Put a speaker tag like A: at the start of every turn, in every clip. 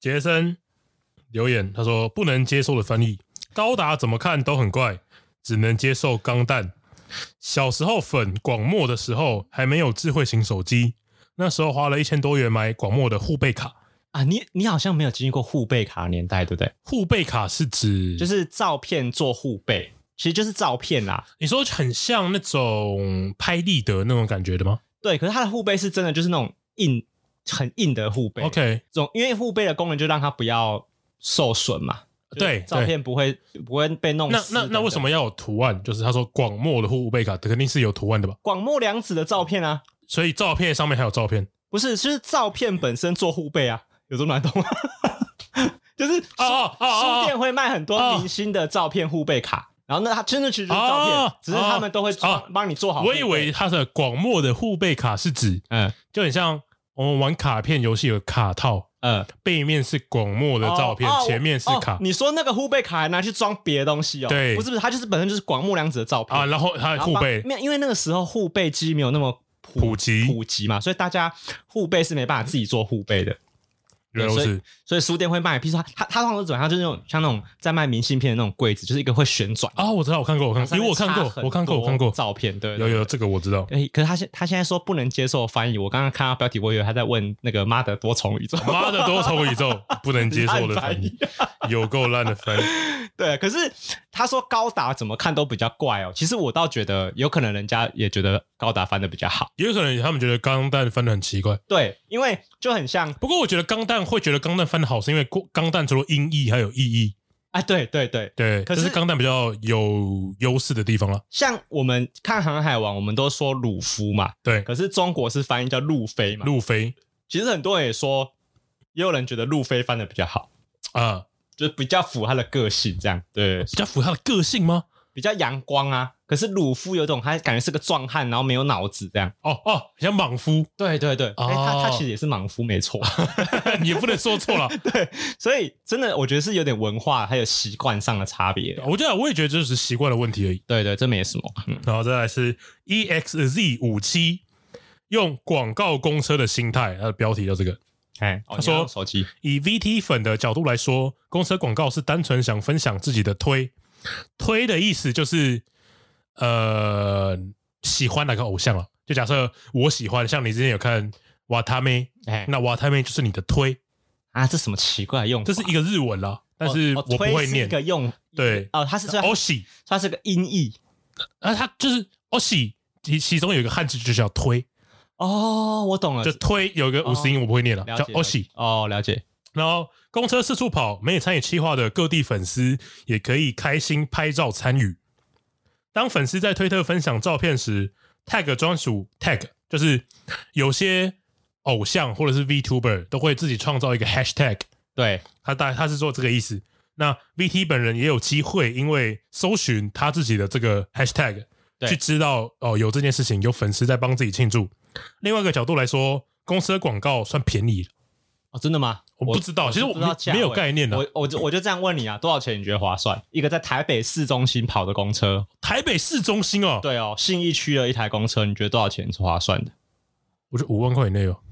A: 杰森留言，他说不能接受的翻译，高达怎么看都很怪，只能接受钢弹。小时候粉广末的时候还没有智慧型手机，那时候花了一千多元买广末的护贝卡。
B: 啊，你你好像没有经历过护贝卡年代，对不对？
A: 护贝卡是指
B: 就是照片做护贝，其实就是照片啦。
A: 你说很像那种拍立得那种感觉的吗
B: 对，可是它的护贝是真的就是那种硬很硬的护贝。
A: ？OK，
B: 这种因为护贝的功能就让它不要受损嘛。就是
A: 对
B: 照片不会不会被弄
A: 那
B: 湿
A: 那
B: 等
A: 那
B: 等
A: 为什么要有图案？就是他说广末的护贝卡肯定是有图案的吧？
B: 广末凉子的照片啊？
A: 所以照片上面还有照片
B: 不是，就是照片本身做护贝啊，有这么难懂吗？ 就是书
A: 哦哦哦哦哦
B: 书店会卖很多明星的照片护贝卡，然后那它真的其实就是照片，
A: 哦
B: 只是他们都会装
A: 哦
B: 帮你做好护
A: 我
B: 贝。
A: 以为它的广末的护贝卡是指
B: 嗯
A: 就很像我们玩卡片游戏有卡套，
B: 嗯
A: 背面是广末的照片，
B: 哦哦
A: 前面是呃卡、
B: 哦你说那个护贝卡还拿去装别的东西哦？
A: 对
B: 不是不是，它就是本身就是广木凉子的照片
A: 啊，然后它的
B: 然后
A: 护
B: 帮
A: 贝
B: 没有，因为那个时候护贝机没有那么普
A: 普及
B: 普及嘛，所以大家护贝是没办法自己做护贝
A: 嗯
B: 的，
A: 原来如
B: 所
A: 此
B: 以所以书店会卖，比如说它它它通常都怎么样，就是那种像那种在卖明信片的那种柜子，就是一个会旋转，
A: 啊，我知道，我看过，我看过，因为我看
B: 上面插
A: 过，
B: 很
A: 我看过，
B: 多
A: 我看过，
B: 照片，对，
A: 有
B: 对
A: 有。这个我知 道。
B: 哎，可是他现他现在说不能接受翻译，我刚刚看到标题，我以为他在问那个妈的多重宇宙，
A: 妈的，多重宇宙不能接受的翻译，有够烂的翻译。
B: 对，可是他说高达怎么看都比较怪哦。其实我倒觉得有可能人家也觉得高达翻的比较好，
A: 也有可能他们觉得钢弹翻的很奇怪，
B: 对，因为就很像
A: 不过我觉得钢弹会觉得钢弹翻的好，是因为过钢弹除了音译还有意义，
B: 啊，对对对，
A: 对，
B: 可
A: 这是
B: 是
A: 钢弹比较有优势的地方了。
B: 像我们看《航海王》，我们都说鲁夫嘛，
A: 对，
B: 可是中国是翻译叫路飞嘛。
A: 路飞
B: 其实很多人也说，也有人觉得路飞翻的比较好，
A: 啊，
B: 就是比较符合他的个性，这样对，
A: 比较符合他的个性吗？
B: 比较阳光啊。可是鲁夫有种他感觉是个壮汉，然后没有脑子这样。
A: 哦哦，很像莽夫，
B: 对对对，哎、
A: 哦
B: 他他其实也是莽夫，没错。
A: 你也不能说 错了。
B: 所以真的，我觉得是有点文化还有习惯上的差别。
A: 我觉得我也觉得这只是习惯的问题而已。
B: 对对，这没什么。嗯
A: 然后再来是 EXZ 五七，用广告公车的心态，它的标题叫这个。
B: 哎、哦
A: 他
B: 你
A: 说
B: 要用手机
A: 以 VT 粉的角度来说，公车广告是单纯想分享自己的推，推的意思就是呃喜欢哪个偶像了。啊就假设我喜欢，像你之前有看瓦塔妹，
B: 哎、
A: 那瓦塔妹就是你的推，
B: 啊，这什么奇怪的用法？
A: 嗯这是一个日文啦，但是
B: 哦
A: 我
B: 哦
A: 不
B: 推
A: 会
B: 是
A: 念
B: 一。个用
A: 对
B: 哦，它是说它
A: 欧喜，
B: 它是个音译
A: 啊，它就是欧喜，其其中有一个汉字就叫推，
B: 哦，我懂了，
A: 就推有一个五十音我不会念了，
B: 哦了
A: 叫
B: 解
A: 欧喜。
B: 哦，了解
A: 然后公车四处跑，没有参与企划的各地粉丝也可以开心拍照参与。当粉丝在推特分享照片时，tag 专属 tag，就是有些偶像或者是 VTuber 都会自己创造一个 hashtag，
B: 对
A: 他大他是做这个意思。那 VT 本人也有机会，因为搜寻他自己的这个 hashtag，
B: 对
A: 去知道哦有这件事情，有粉丝在帮自己庆祝。另外一个角度来说，公司的广告算便宜了，
B: 哦，真的吗？
A: 我不知道其实我
B: 不知道
A: 没
B: 价位
A: 没有概念啊
B: 我我就我就这样问你啊，多少钱你觉得划算？一个在台北市中心跑的公车，
A: 台北市中心哦，
B: 对哦，信义区的一台公车，你觉得多少钱是划算的？
A: 我觉得五万块以 内哦。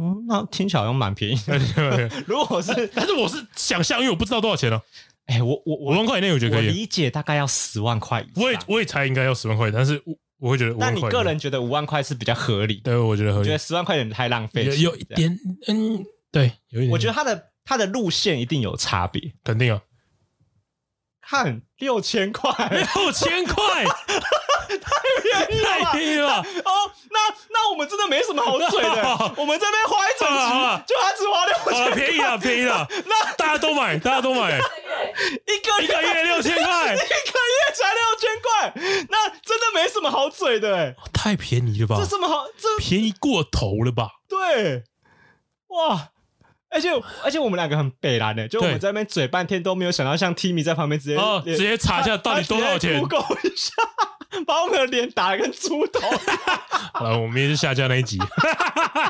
B: 嗯，那听起来好像蛮便宜的。 如果是
A: 但是我是想象，因为我不知道多少钱了、哦
B: 哎、我我
A: 五
B: 我
A: 万块以内我觉得
B: 我
A: 可以。
B: 理解大概要十万块以上，
A: 我也我也猜应该要十万块，但是我我会觉得五万
B: 但
A: 块以
B: 你
A: 内。
B: 个人觉得五万块是比较合理的，
A: 对我觉得合
B: 我觉
A: 理
B: 得，十万块有点太浪费
A: 有
B: 钱，
A: 有一
B: 这样。
A: 点嗯，对，有一点，
B: 我觉得它的它的路线一定有差别。
A: 肯定 啊，
B: 看六 千块
A: 六哦千 块太便宜了吧。
B: 哦，那那我们真的没什么好 嘴的，我们这边花一整
A: 好了好
B: 集
A: 了，
B: 就他只花六
A: 好了，啊
B: 千，
A: 便宜了，便宜了，那大家都买，大家都买，
B: 一个
A: 一
B: 月
A: 个月六千块，
B: 一个月才六千块，那真的没什么好嘴的，哎，
A: 太便宜了吧
B: 这什么好这
A: 便宜过头了吧？
B: 对，哇！而且而且我们两个很北蓝的，欸就我们
A: 对
B: 在那边嘴半天都没有想到，像 Timmy 在旁边直接
A: 哦，
B: 连
A: 直接查一下到底多少钱。
B: Google 一下，把我们的脸打得跟猪头。
A: 好了，我们也是下架那一 集。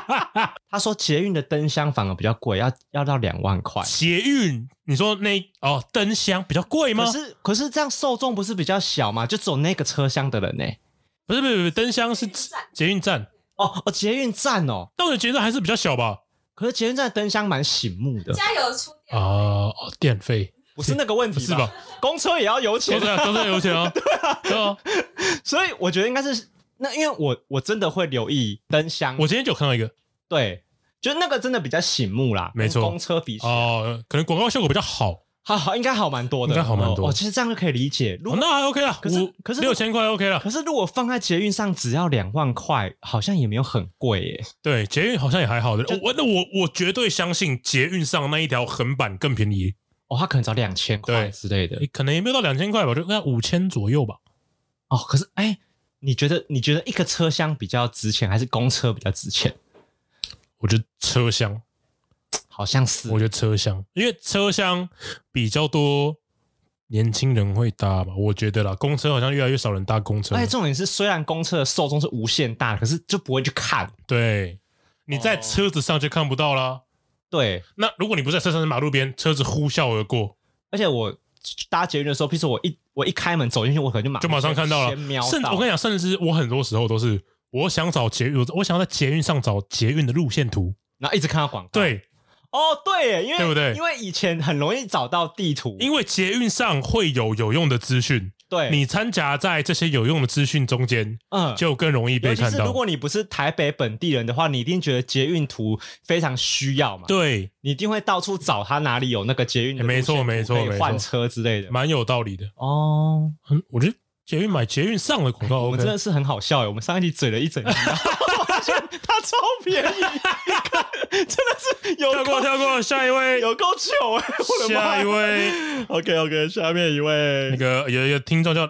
B: 他说捷运的灯箱反而比较贵，要要到两万块。
A: 捷运，你说那哦灯箱比较贵吗
B: 可？是可是这样受众不是比较小吗？就走那个车厢的人欸呢、
A: 不是不是不是，灯箱是指捷运站，
B: 哦哦，捷运站哦，
A: 但我觉得捷运站还是比较小吧。
B: 可是捷运站灯箱蛮醒目的，
C: 加油出
A: 啊、
C: 掉。
A: 哦电费
B: 不是那个问题
A: 不是吧？
B: 公车也要油钱
A: 都， 在都在油钱啊，对啊。
B: 所以我觉得应该是那，因为我我真的会留意灯箱，
A: 我今天就有看到一个
B: 对，就那个真的比较醒目啦，
A: 没错
B: 跟公车比起来，
A: 哦，可能广告效果比较好，
B: 好好应该好蛮多的，
A: 应该好蛮多
B: 哦。哦其实这样就可以理解，如
A: 哦
B: 果、
A: 那还 OK 啦，
B: 可是
A: 五
B: 可是
A: 六千块 OK 啦
B: 可。是如果放在捷运上只要两万块，好像也没有很贵耶。
A: 对，捷运好像也还好的。我我那我我绝对相信捷运上那一条横板更便宜，
B: 哦，他可能找两千块
A: 对
B: 之类的。
A: 诶可能也没有到两千块吧，就那五千左右吧。
B: 哦，可是哎、你觉得你觉得一个车厢比较值钱，还是公车比较值钱？
A: 我觉得车厢，
B: 好像是
A: 我觉得车厢，因为车厢比较多年轻人会搭吧，我觉得啦。公车好像越来越少人搭公车了
B: 而且。重点是，虽然公车的受众是无限大，可是就不会去看。
A: 对，你在
B: 哦
A: 车子上就看不到啦。
B: 对，
A: 那如果你不在车上，是马路边，车子呼啸而过，
B: 而且我搭捷运的时候，譬如说我一我一开门走进去，我可能就马
A: 就马上看到了
B: 先瞄。
A: 甚至我跟你讲，甚至我很多时候都是，我想找捷运，我我想要在捷运上找捷运的路线图。
B: 然后一直看到广告。，
A: 对，
B: 哦，对耶，因为
A: 对不对
B: 因为以前很容易找到地图，
A: 因为捷运上会有有用的资讯，
B: 对
A: 你掺杂在这些有用的资讯中间，
B: 嗯
A: 就更容易
B: 尤
A: 被
B: 其
A: 看
B: 是如
A: 到。
B: 果你不是台北本地人的话，你一定觉得捷运图非常需要嘛？，
A: 对，
B: 你一定会到处找它哪里有那个捷运的
A: 哎没错
B: 路线图
A: 没错
B: 可以
A: 没错
B: 换车之类的。
A: 蛮有道理的。
B: 哦，
A: 嗯，我觉得捷运买捷运上的广告
B: 我
A: OK，
B: 们真的是很好笑耶！我们上一集嘴了一整集，然后 发现它超便宜，真的是有
A: 跳 过
B: 够
A: 跳过，下一位，
B: 有够糗哎！我的妈
A: 下一
B: 呀
A: 位，
B: OK OK，下面一位
A: 那，个有一个听众叫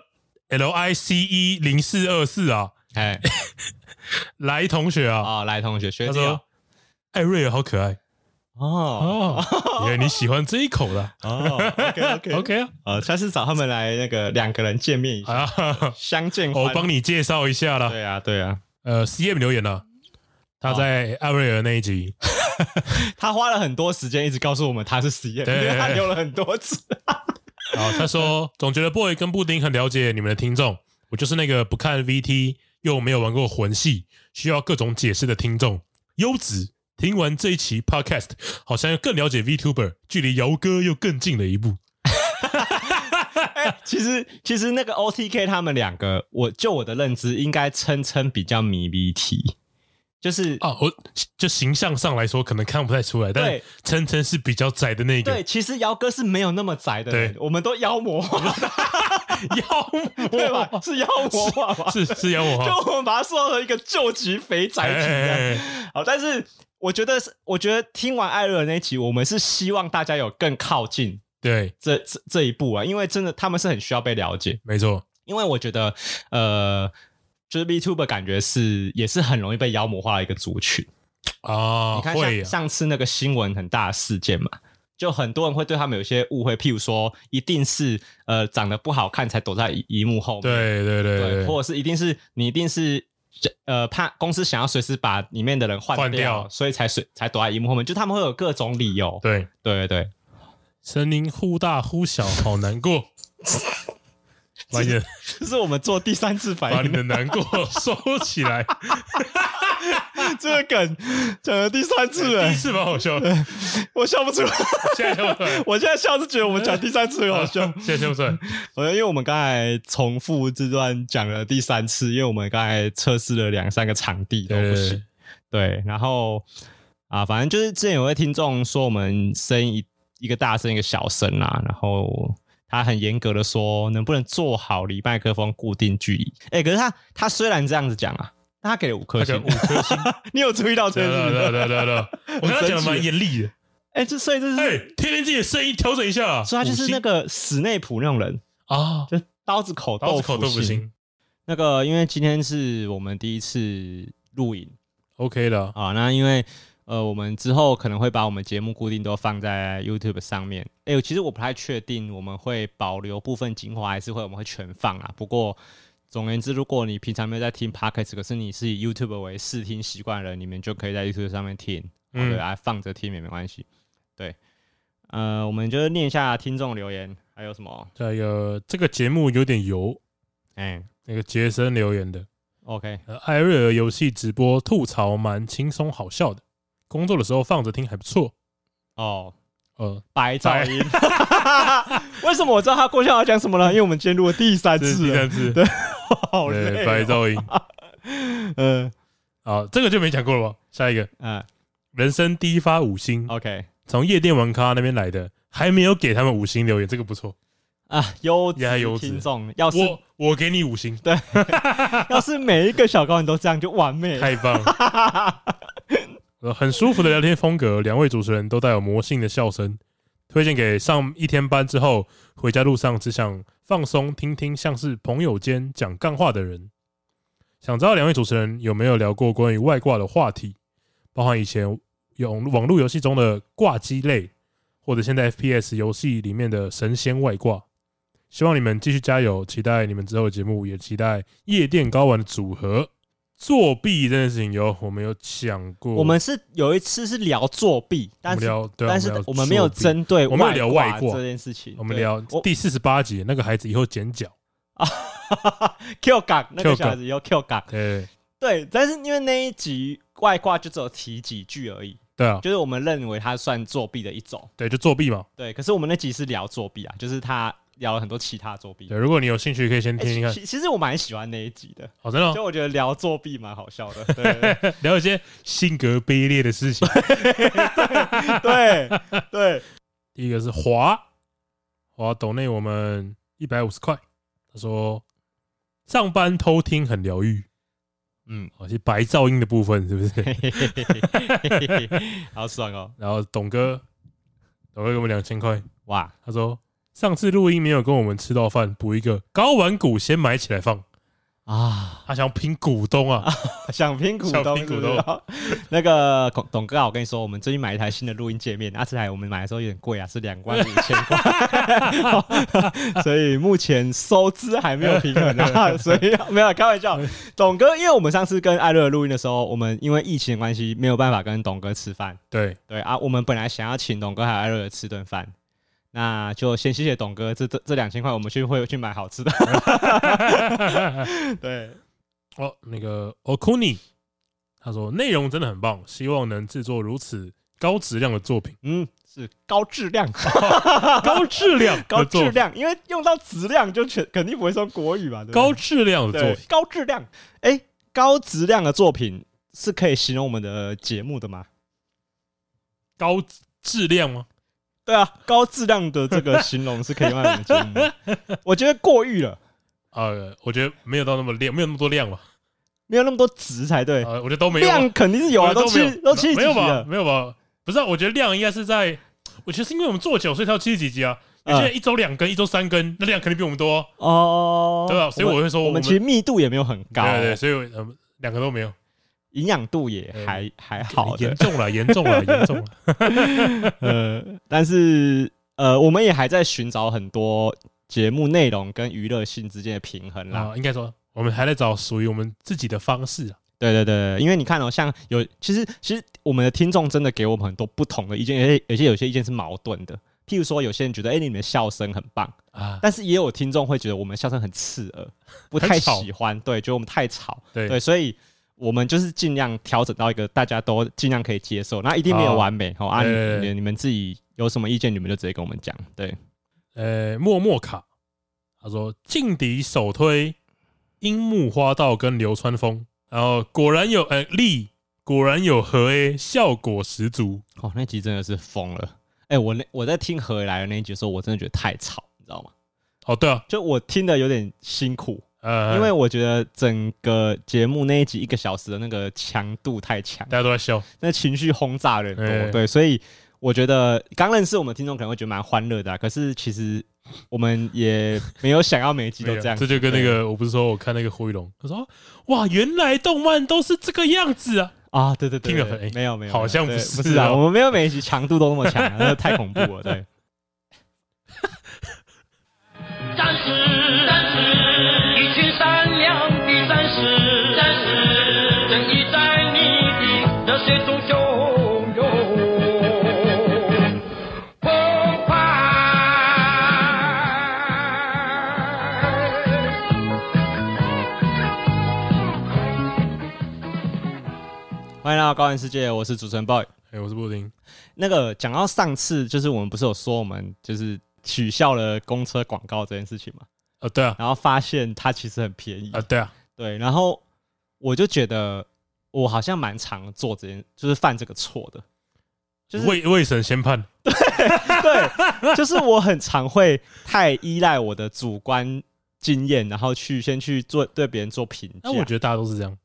A: L I C E 零四二四啊，
B: 哎
A: 来同学啊，
B: 啊，来同学学
A: 他
B: 弟哦
A: 说艾瑞尔好可爱
B: 哦
A: 哦，原来你喜欢这一口 的
B: 哦，OK OK
A: ，OK 啊
B: 啊，下次找他们来那个两个人见面一下，
A: 啊，哈哈
B: 相见欢。
A: 我帮你介绍一下啦。
B: 对啊，对啊，
A: 呃，CM 留言了，他在艾瑞尔那一集，
B: 他花了很多时间一直告诉我们他是实验，因
A: 对
B: 为他留了很多 次。
A: 啊，他说总觉得 boy 跟布丁很了解你们的听众，我就是那个不看 VT 又没有玩过魂系，需要各种解释的听众，优质。听完这一期 podcast，好像更了解 VTuber，距离姚哥又更近了一步。
B: 哎其实其实那个 OTK 他们两个，我就我的认知，应该称称比较迷 VT，就是、
A: 啊，我就形象上来说可能看不太出来，但
B: 对
A: 琛琛是比较窄的那
B: 对，
A: 个
B: 其实姚哥是没有那么宅的人，
A: 对
B: 我们都妖魔 化，
A: 妖魔，
B: 对吧？是妖魔化吧？
A: 是是妖魔
B: 就
A: 哈，
B: 我们把它说成一个救急肥宅体一样。
A: 哎哎哎
B: 好，但是我觉得是，我觉得听完艾瑞尔那一集，我们是希望大家有更靠近
A: 对，
B: 这这这一步啊，因为真的他们是很需要被了解。
A: 没错，
B: 因为我觉得，呃，就是 VTuber 感觉是也是很容易被妖魔化的一个族群。
A: 啊，
B: 你看
A: 会啊，
B: 像上次那个新闻很大的事件嘛，就很多人会对他们有一些误会，譬如说一定是呃长得不好看才躲在荧荧幕后面，
A: 对对对
B: 对，
A: 对，
B: 或者是一定是你一定是呃怕公司想要随时把里面的人换
A: 换掉
B: 所以才随才躲在荧幕后面，就他们会有各种理由。
A: 对，
B: 对对对，
A: 声音忽大忽小，好难 过，把你的
B: 这是我们做第三次
A: 把
B: 反
A: 你
B: 应
A: 的难过收起来，
B: 这个梗讲了第三次
A: 第一
B: 了，
A: 次蛮好笑的，
B: 我笑不出来。
A: 现在笑不出来，
B: 我现在笑是觉得我们讲第三次很 好笑，
A: 现在笑不出来，
B: 我呃因为我们刚才重复这段讲了第三次，因为我们刚才测试了两三个场地都
A: 对
B: 不
A: 对
B: 行
A: 对。
B: 对，然后啊，反正就是之前有位听众说我们声音一一个大声一个小声啦，然后他很严格的说能不能做好离麦克风固定距离。哎、可是他他虽然这样子讲啊，但他给了五颗
A: 那个
B: 星
A: 五，颗星，
B: 你有注意到这
A: 对
B: 件
A: 对对
B: 事情
A: 对
B: 吗？
A: 对对， 我刚刚讲的蛮严厉的，
B: 哎、这所以这是，
A: 哎，听听自己的声音，调整一下啊，
B: 所以他就是那个史内普那种人，
A: 啊，
B: 就刀子口
A: 刀
B: 豆
A: 子口
B: 腐
A: 豆腐
B: 心。
A: 心
B: 那个，因为今天是我们第一次录影。
A: ，OK 的，
B: 啊，那因为呃，我们之后可能会把我们节目固定都放在 YouTube 上面。哎、其实我不太确定，我们会保留部分精华，还是会我们会全放啊？不过总而言之，如果你平常没有在听 Podcast，可是你是以 YouTube 为视听习惯的人，你们就可以在 YouTube 上面听，
A: 嗯
B: 嗯、对啊，放着听也没关系。对，呃，我们就念一下听众留言，还有什么？
A: 这个这个节目有点油，
B: 哎、
A: 那个杰森留言的，
B: o k
A: 呃，艾瑞尔游戏直播吐槽蛮轻松好笑的，工作的时候放着听还不错。
B: 哦，
A: 呃，
B: 白噪音。 为什么我知道他过去要讲什么了？因为我们今天录了第三
A: 这是
B: 次
A: 第
B: 了，
A: 三次，
B: 好累
A: 对，
B: 哦。
A: 白噪音。
B: 嗯
A: 啊，这个就没讲过了吧？下一个，
B: 嗯
A: 人生第一发五星，
B: ，OK
A: 从夜店玩咖那边来的，还没有给他们五星留言，这个不错。
B: 啊，优质
A: 也还优质
B: 听众，要哦是
A: 我我给你五星，
B: 要是每一个小高人都这样，就完 美了。
A: 太棒了。呃很舒服的聊天风格，两位主持人都带有魔性的笑声，推荐给上一天班之后回家路上只想放松听听像是朋友间讲干话的人。想知道两位主持人有没有聊过关于外挂的话题，包含以前有网络游戏中的挂机类，或者现在 FPS 游戏里面的神仙外挂。希望你们继续加油，期待你们之后的节目，也期待夜店高玩的组合。作弊这件事情有我们有讲过，
B: 我们是有一次是聊作弊，
A: 我
B: 但
A: 们
B: 是
A: 聊，对啊
B: 但是
A: 聊
B: 我们没有
A: 作弊，
B: 针对
A: 我们有聊外
B: 挂
A: 挂
B: 这件事情，
A: 我们
B: 对
A: 聊
B: 我
A: 第四十八集那个孩子以后剪脚，
B: Q 港那个
A: Q
B: 小
A: 港
B: 孩子有 Q 港，
A: 对
B: 对，但是因为那一集外挂就只有提几句而已，
A: 对啊，
B: 就是我们认为他算作弊的一种，
A: 对，就作弊嘛。
B: 对。可是我们那集是聊作弊啊，就是他聊了很多其他作弊。
A: 对，如果你有兴趣，可以先
B: 欸
A: 听听看。
B: 其其实我蛮喜欢那一集的，
A: 好，真的哦
B: 就我觉得聊作弊蛮好笑 的，对对对
A: 聊一些性格卑劣的事情。
B: 对对
A: 第一个是华华抖内我们一百五十块，他说上班偷听很疗愈，
B: 嗯，
A: 哦，是白噪音的部分是不是？
B: 嘿嘿嘿嘿嘿嘿好爽哦，
A: 然后董哥，董哥给我们两千块，
B: 哇，
A: 他说上次录音没有跟我们吃到饭，补一个高玩股先买起来放。
B: 啊，
A: 他想拼股东啊，
B: 想拼股
A: 想
B: 东，
A: 拼股
B: 是不是 那个董董哥啊，我跟你说，我们最近买一台新的录音界面，啊，这台我们买的时候有点贵啊，是两万五千块， 所以目前收支还没有平衡啊， 所以没有开玩笑。董哥，因为我们上次跟艾瑞尔录音的时候，我们因为疫情的关系没有办法跟董哥吃饭，
A: 对，
B: 对啊，我们本来想要请董哥还有艾瑞尔吃顿饭。那就先谢谢董哥，这这这两千块我们去会去买好吃的。 对，
A: 哦，那个 Okuni，他说内容真的很棒，希望能制作如此高质量的作品，
B: 嗯，是高质量。
A: 高质量的
B: 高
A: 作
B: 质
A: 品
B: 量，因为用到质量就全肯定不会说国语嘛，对不对
A: 高质量的
B: 对
A: 作品，
B: 高质量，哎、高质量的作品是可以形容我们的节目的吗？
A: 高质量吗？
B: 对啊，高质量的这个形容是可以用在我们节目 的，我觉得过誉了，
A: 呃，我觉得没有到那么量，没有那么多量吧。
B: 没有那么多值才对，
A: 呃，我觉得都没有吧，
B: 量肯定是有啊，
A: 我觉得
B: 都
A: 都没
B: 七都七十
A: 没
B: 几
A: 有吧？
B: 了，
A: 没有吧？不是啊，我觉得量应该是在，我觉得是因为我们做久，所以才有七十几集啊。
B: 嗯
A: 有些人一周两更，一周三更，那量肯定比我们多哦，
B: 哦，
A: 对啊吧？所以我
B: 我
A: 会说
B: 们我
A: 们
B: 们其实密度也没有很高，
A: 对对，所以我呃两个都没有，
B: 营养度也
A: 嗯
B: 还还好的
A: 严，重了，严重了，严重 了。
B: 呃，但是呃，我们也还在寻找很多节目内容跟娱乐性之间的平衡啦。
A: 啊，应该说我们还在找属于我们自己的方式啊。
B: 对对对，对因为你看哦，像有其实其实我们的听众真的给我们很多不同的意见，而且而且有些意见是矛盾的。譬如说，有些人觉得哎、你们的笑声很棒，
A: 啊，
B: 但是也有听众会觉得我们的笑声很刺耳，不
A: 很
B: 太
A: 吵
B: 喜欢，对，觉得我们太吵，
A: 对
B: 对，所以。我们就是尽量调整到一个大家都尽量可以接受，那一定没有
A: 哦
B: 完美哦啊！
A: 对对
B: 你
A: 对
B: 你你们自己有什么意见，你们就直接跟我们讲。对，
A: 呃，默默卡，他说劲敌首推樱木花道跟流川枫，然后果然有呃力，果然有和 A，效果十足。
B: 哦，那集真的是疯了！哎、我那我在听何以来的那一集的时候，我真的觉得太吵，你知道吗？
A: 哦，对啊，
B: 就我听的有点辛苦，
A: 呃，
B: 因为我觉得整个节目那一集一个小时的那个强度太强，
A: 大家都在笑，
B: 那情绪轰炸人多，
A: 哎
B: 对，所以我觉得刚认识我们听众可能会觉得蛮欢乐的、啊，可是其实我们也没有想要每一集
A: 没
B: 都
A: 有
B: 这样
A: 这，就跟那个我不是说我看那个火影龙，他说哇，原来动漫都是这个样子啊。
B: 啊，对对对，
A: 听了
B: 对
A: 很哎
B: 没有没有，
A: 好像
B: 对
A: 不
B: 不
A: 是
B: 是啊，
A: 哦
B: 我们没有每一集强度都那么强、啊，那太恐怖了，对。
C: 战士，战士，一群善良的战士，战士，正义在你的热血中汹涌澎湃。
B: 欢迎来到高玩世界，我是主持人 boy。
A: 哎，我是布丁。
B: 那个讲到上次，就是我们不是有说我们就是取消了公车广告这件事情嘛，
A: 啊，对啊，
B: 然后发现它其实很便宜
A: 啊，对啊，
B: 对，然后我就觉得我好像蛮常做这件，就是犯这个 错的，就是啊
A: 未未审先判。
B: 对，就是我很常会太依赖我的主观经验，然后去先去做对别人做评价。
A: 那我觉得大家都是这样。
B: 得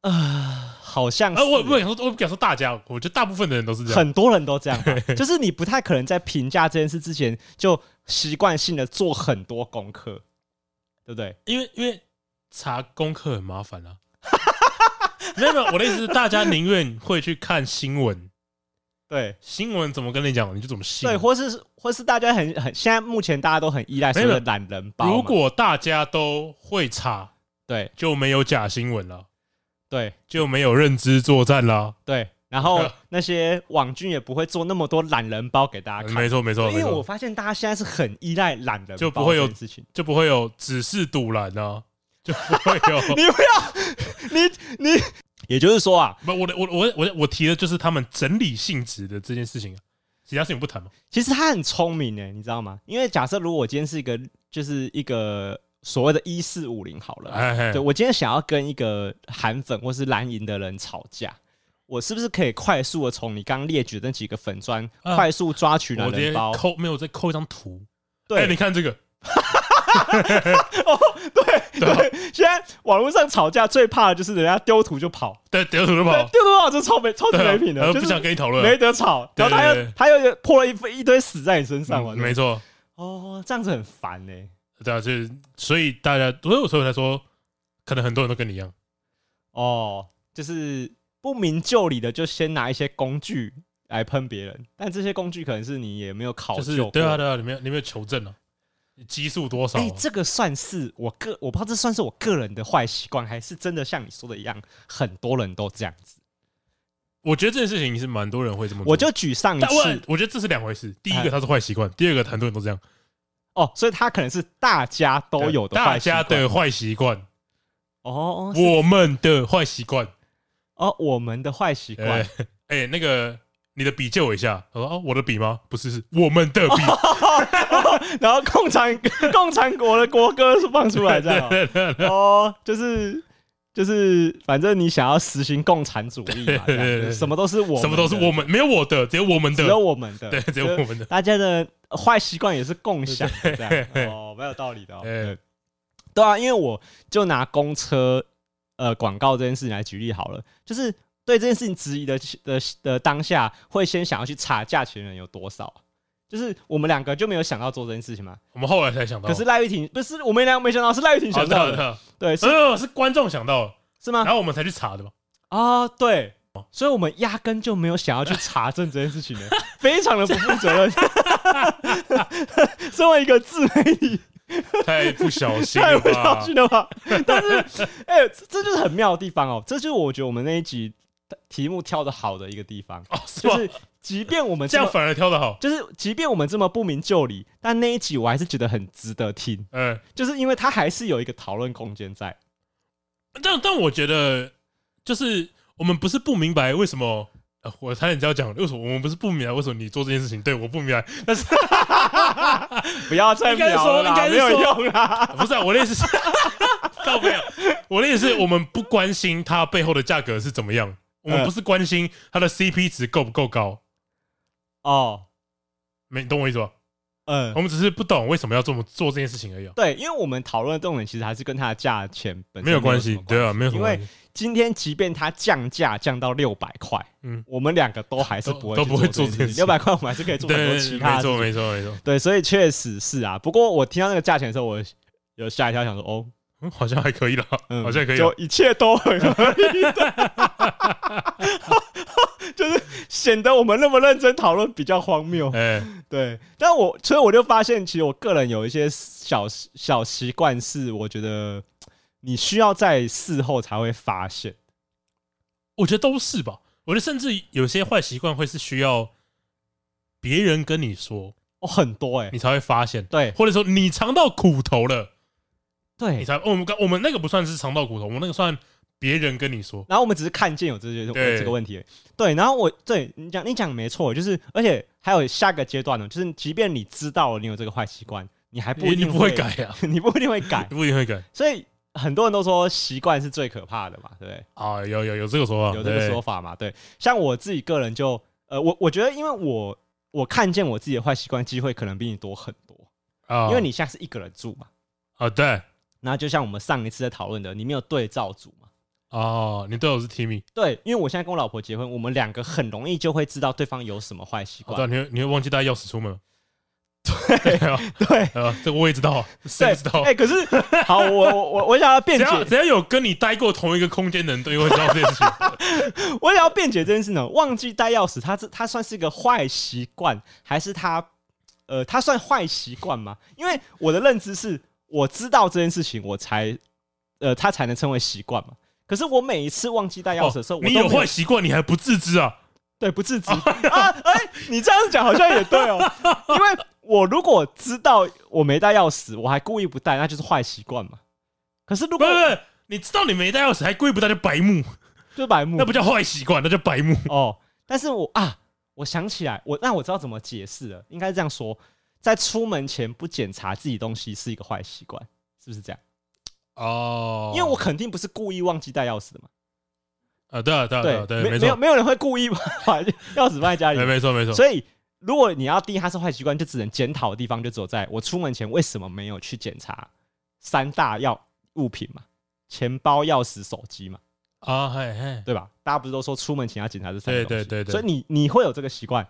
B: 啊、好像
A: 啊，我
B: 是
A: 我敢说，我敢说大家，我觉得大部分的人都是这样。
B: 很多人都这 样吧，就是你不太可能在评价这件事之前就习惯性的做很多功课，对不对？
A: 因为因为查功课很麻烦啊。 没有没有，我的意思是，大家宁愿会去看新闻，
B: 对
A: 新闻怎么跟你讲，你就怎么信。
B: 对，或是或是大家很很现在目前大家都很依赖所谓
A: 没
B: 的
A: 有
B: 懒人包嘛，
A: 如果大家都会查，
B: 对
A: 就没有假新闻了，
B: 对
A: 就没有认知作战啦。
B: 对，然 后那些网军也不会做那么多懒人包给大家看，
A: 没错没错
B: 因
A: 没
B: 为我
A: 错，
B: 发现大家现在是很依赖懒人，
A: 就不会有
B: 事情。
A: 就不会有只是堵拦啊， 就不会有。
B: 你不要，你 你，也就是说啊，
A: 不，我的我我我我提的就是他们整理性质的这件事情啊，其他事情不谈嘛。
B: 其实他很聪明呢，你知道吗？因为假设如果我今天是一个，就是一个所谓的“一四五零”好了，
A: 哎哎
B: 对，我今天想要跟一个韩粉或是蓝营的人吵架。我是不是可以快速的从你刚列举的那几个粉砖、
A: 啊
B: 快速抓取懒
A: 我直接
B: 人包？
A: 抠，没有我再抠一张图。
B: 对，哦
A: 哎你看这 个，啊
B: 对，现在网络上吵架最怕的就是人家丢图就跑，
A: 对，丢图就跑
B: 对，，丢图就跑这超没超级
A: 对啊
B: 没品的，
A: 他
B: 就
A: 不
B: 是
A: 想跟你讨论
B: 没
A: 啊，
B: 得吵，然后他
A: 对对
B: 又
A: 对
B: 他又泼了一一堆屎在你身上嘛，
A: 嗯
B: 对不对
A: 没错，
B: 哦，这样子很烦呢、
A: 对啊，就是所以大家，所以我所以我才说，可能很多人都跟你一样，
B: 哦，就是不明就里的就先拿一些工具来喷别人，但这些工具可能是你也没有考
A: 就
B: 究
A: 是
B: 过
A: 对啊，对啊，你没有你没有求证啊，你基数多少啊
B: 哎、？这个算是我个，我不知道这算是我个人的坏习惯，还是真的像你说的一样，很多人都这样子。
A: 我觉得这件事情是蛮多人会这么做，
B: 我就举上一
A: 但我
B: 次
A: 我觉得这是两回事，第一
B: 哎
A: 个它是坏习惯，第二个很多人都这样，
B: 哦，所以他可能是大家都
A: 对
B: 有的
A: 大
B: 坏习
A: 家
B: 惯，
A: 的坏习惯，
B: 哦是
A: 我们的坏习惯，
B: 哦，我们的坏习惯
A: 哎， 哎，那个。你的笔借我一下。我说哦，我的笔吗？不是，是我们的笔。
B: 然后共产共产国的国歌是放出来这样 哦、
A: 对对对
B: 哦，就是就是，反正你想要实行共产主义嘛，
A: 对对对
B: 这样
A: 对
B: 就是什么都是我，
A: 什么都是我，们，没有我的，只有我们
B: 只有
A: 的。
B: 我们的，
A: 对，只有我们的。
B: 大家的坏习惯也是共享的，这样哦，蛮有道理的、哦。
A: 哎
B: 对对啊，因为我就拿公车呃广告这件事情来举例好了，就是对这件事情质疑的的的当下，会先想要去查价钱人有多少。就是我们两个就没有想到做这件事情嘛，
A: 我们后来才想到。
B: 可是赖玉婷不是我们俩没想到是赖玉婷
A: 好
B: 想
A: 的
B: 到
A: 好
B: 的，
A: 的，
B: 对，
A: 没
B: 是
A: 有没有是观众想到了，
B: 是吗
A: 然？后我们才去查 的嘛。
B: 啊，对，所以我们压根就没有想要去查证这件事 情呢，非常的不负责任。身为一个自媒体，
A: 太不小心
B: 太
A: 了
B: 不小
A: 吧
B: 心？了吧？但是，哎、这这就是很妙的地方哦，这就是我觉得我们那一集题目挑的好的一个地方，
A: 哦，是
B: 就
A: 吗？
B: 是即便我们
A: 这
B: 么
A: 样反而挑的好。
B: 就是，即便我们这么不明就里，但那一集我还是觉得很值得听，
A: 嗯，
B: 就是因为它还是有一个讨论空间在。
A: 但但我觉得，就是我们不是不明白为什么。呃我差点就要讲，为什么我们不是不明白为什么你做这件事情？对，我不明白。但是
B: 不要再
A: 应该是
B: 聊了
A: 说应
B: 啦，
A: 该是
B: 没有
A: 说
B: 用啦。
A: 不是、啊、我的意思是，倒没有。我的意思是我们不关心它背后的价格是怎么样，我们
B: 嗯
A: 不是关心它的 CP 值够不够高。
B: 哦，
A: 没，你懂我意思吧？
B: 嗯
A: 我，们只是不懂为什么要这么做这件事情而已、啊，
B: 对，因为我们讨论的重点其实还是跟它的价钱本
A: 没
B: 身
A: 有关系
B: 什么。
A: 对啊，没有什
B: 因
A: 么
B: 为
A: 关系。
B: 今天即便它降价降到六百块，嗯
A: 嗯，
B: 我们两个都还是不会
A: 都都不会
B: 去做
A: 做这件
B: 六百块我们还是可以做
A: 对
B: 很多
A: 对，
B: 其
A: 对
B: 他
A: 没
B: 的
A: 错
B: 事情
A: 没错没错。
B: 对，所以确实是啊。不过我听到那个价钱的时候，我有吓一跳，想说哦，
A: 嗯，好像还可以了，
B: 嗯，
A: 好像可以啊
B: 就
A: 了。
B: 一切都很合理的， 就是显得我们那么认真讨论比较荒 谬。
A: 哎，
B: 对，但我所以我就发现，其实我个人有一些小小习惯是，我觉得你需要在事后才会发现。
A: 我觉得都是吧。我觉得甚至有些坏习惯会是需要别人跟你说，
B: 哦，很多哎、
A: 你才会发现，
B: 对
A: 或者说你尝到苦头了，你
B: 对
A: 哦才。我们刚我们那个不算是尝到苦头，我们那个算别人跟你说，
B: 然后我们只是看见有这些
A: 对
B: 这个问题而已，对。然后我对你讲，你讲没错，就是而且还有下个阶段呢，哦就是即便你知道了你有这个坏习惯，你还不
A: 你你
B: 一定
A: 不会改，啊，
B: 你不一定会改
A: 你。不一定会改
B: 所以很多人都说习惯是最可怕的嘛，对不对？
A: 啊。有有有这个说法，
B: 有这个
A: 对
B: 说法嘛？对，像我自己个人就呃，我我觉得因为我我看见我自己的坏习惯机会可能比你多很多，
A: 啊，
B: 因为你现在是一个人住嘛，
A: 啊对
B: 那就像我们上一次在讨论的，你没有对照组嘛。
A: 哦，你对我是 Timmy，
B: 对，因为我现在跟我老婆结婚，我们两个很容易就会知道对方有什么坏习
A: 哦
B: 惯
A: 对啊，。你会你会忘记带钥匙出门， 对啊，
B: 对
A: 呃，这个我也知道，谁
B: 对，
A: 不知道啊
B: 哎、？可是好，我我我我想要辩
A: 只要
B: 解，
A: 只要有跟你待过同一个空间的人，都会知道这件事情。
B: 我想要辩解这件事呢。忘记带钥匙，它是它算是一个坏习惯，还是它呃，它算坏习惯吗？因为我的认知是，我知道这件事情，我才呃，它才能称为习惯嘛。可是我每一次忘记带 钥匙的时候，
A: 哦
B: 我
A: 你
B: 都
A: 有
B: 没有
A: 坏习惯，你还不自知啊？
B: 对，不自知 啊！哎、你这样子讲好像也对哦，因为我如果知道我没带钥匙，我还故意不带，那就是坏习惯嘛。可是
A: 不
B: 如果
A: 是不是，你知道你没带钥匙还故意不带就白目，
B: 就白目
A: 那不叫坏习惯，那叫白目。
B: 哦，但是我啊，我想起来，我那我知道怎么解释了，应该这样说：在出门前不检查自己东西是一个坏习惯，是不是这样？
A: 哦
B: 因为我肯定不是故意忘记带钥匙的嘛。
A: 啊，对啊，对啊，对啊，对，没
B: 没没有
A: 错，
B: 没有人会故意把把钥匙放在家里
A: 对，，没错，没错。
B: 所以如果你要定义它是坏习惯，就只能检讨的地方就只有在我出门前为什么没有去检查三大要物品嘛，钱包、钥匙、手机嘛，
A: 啊，嘿嘿，
B: 对吧？大家不是都说出门前要检查这三个
A: 对
B: 东
A: 对
B: 西？
A: 对对
B: 所以你你会有这个习惯，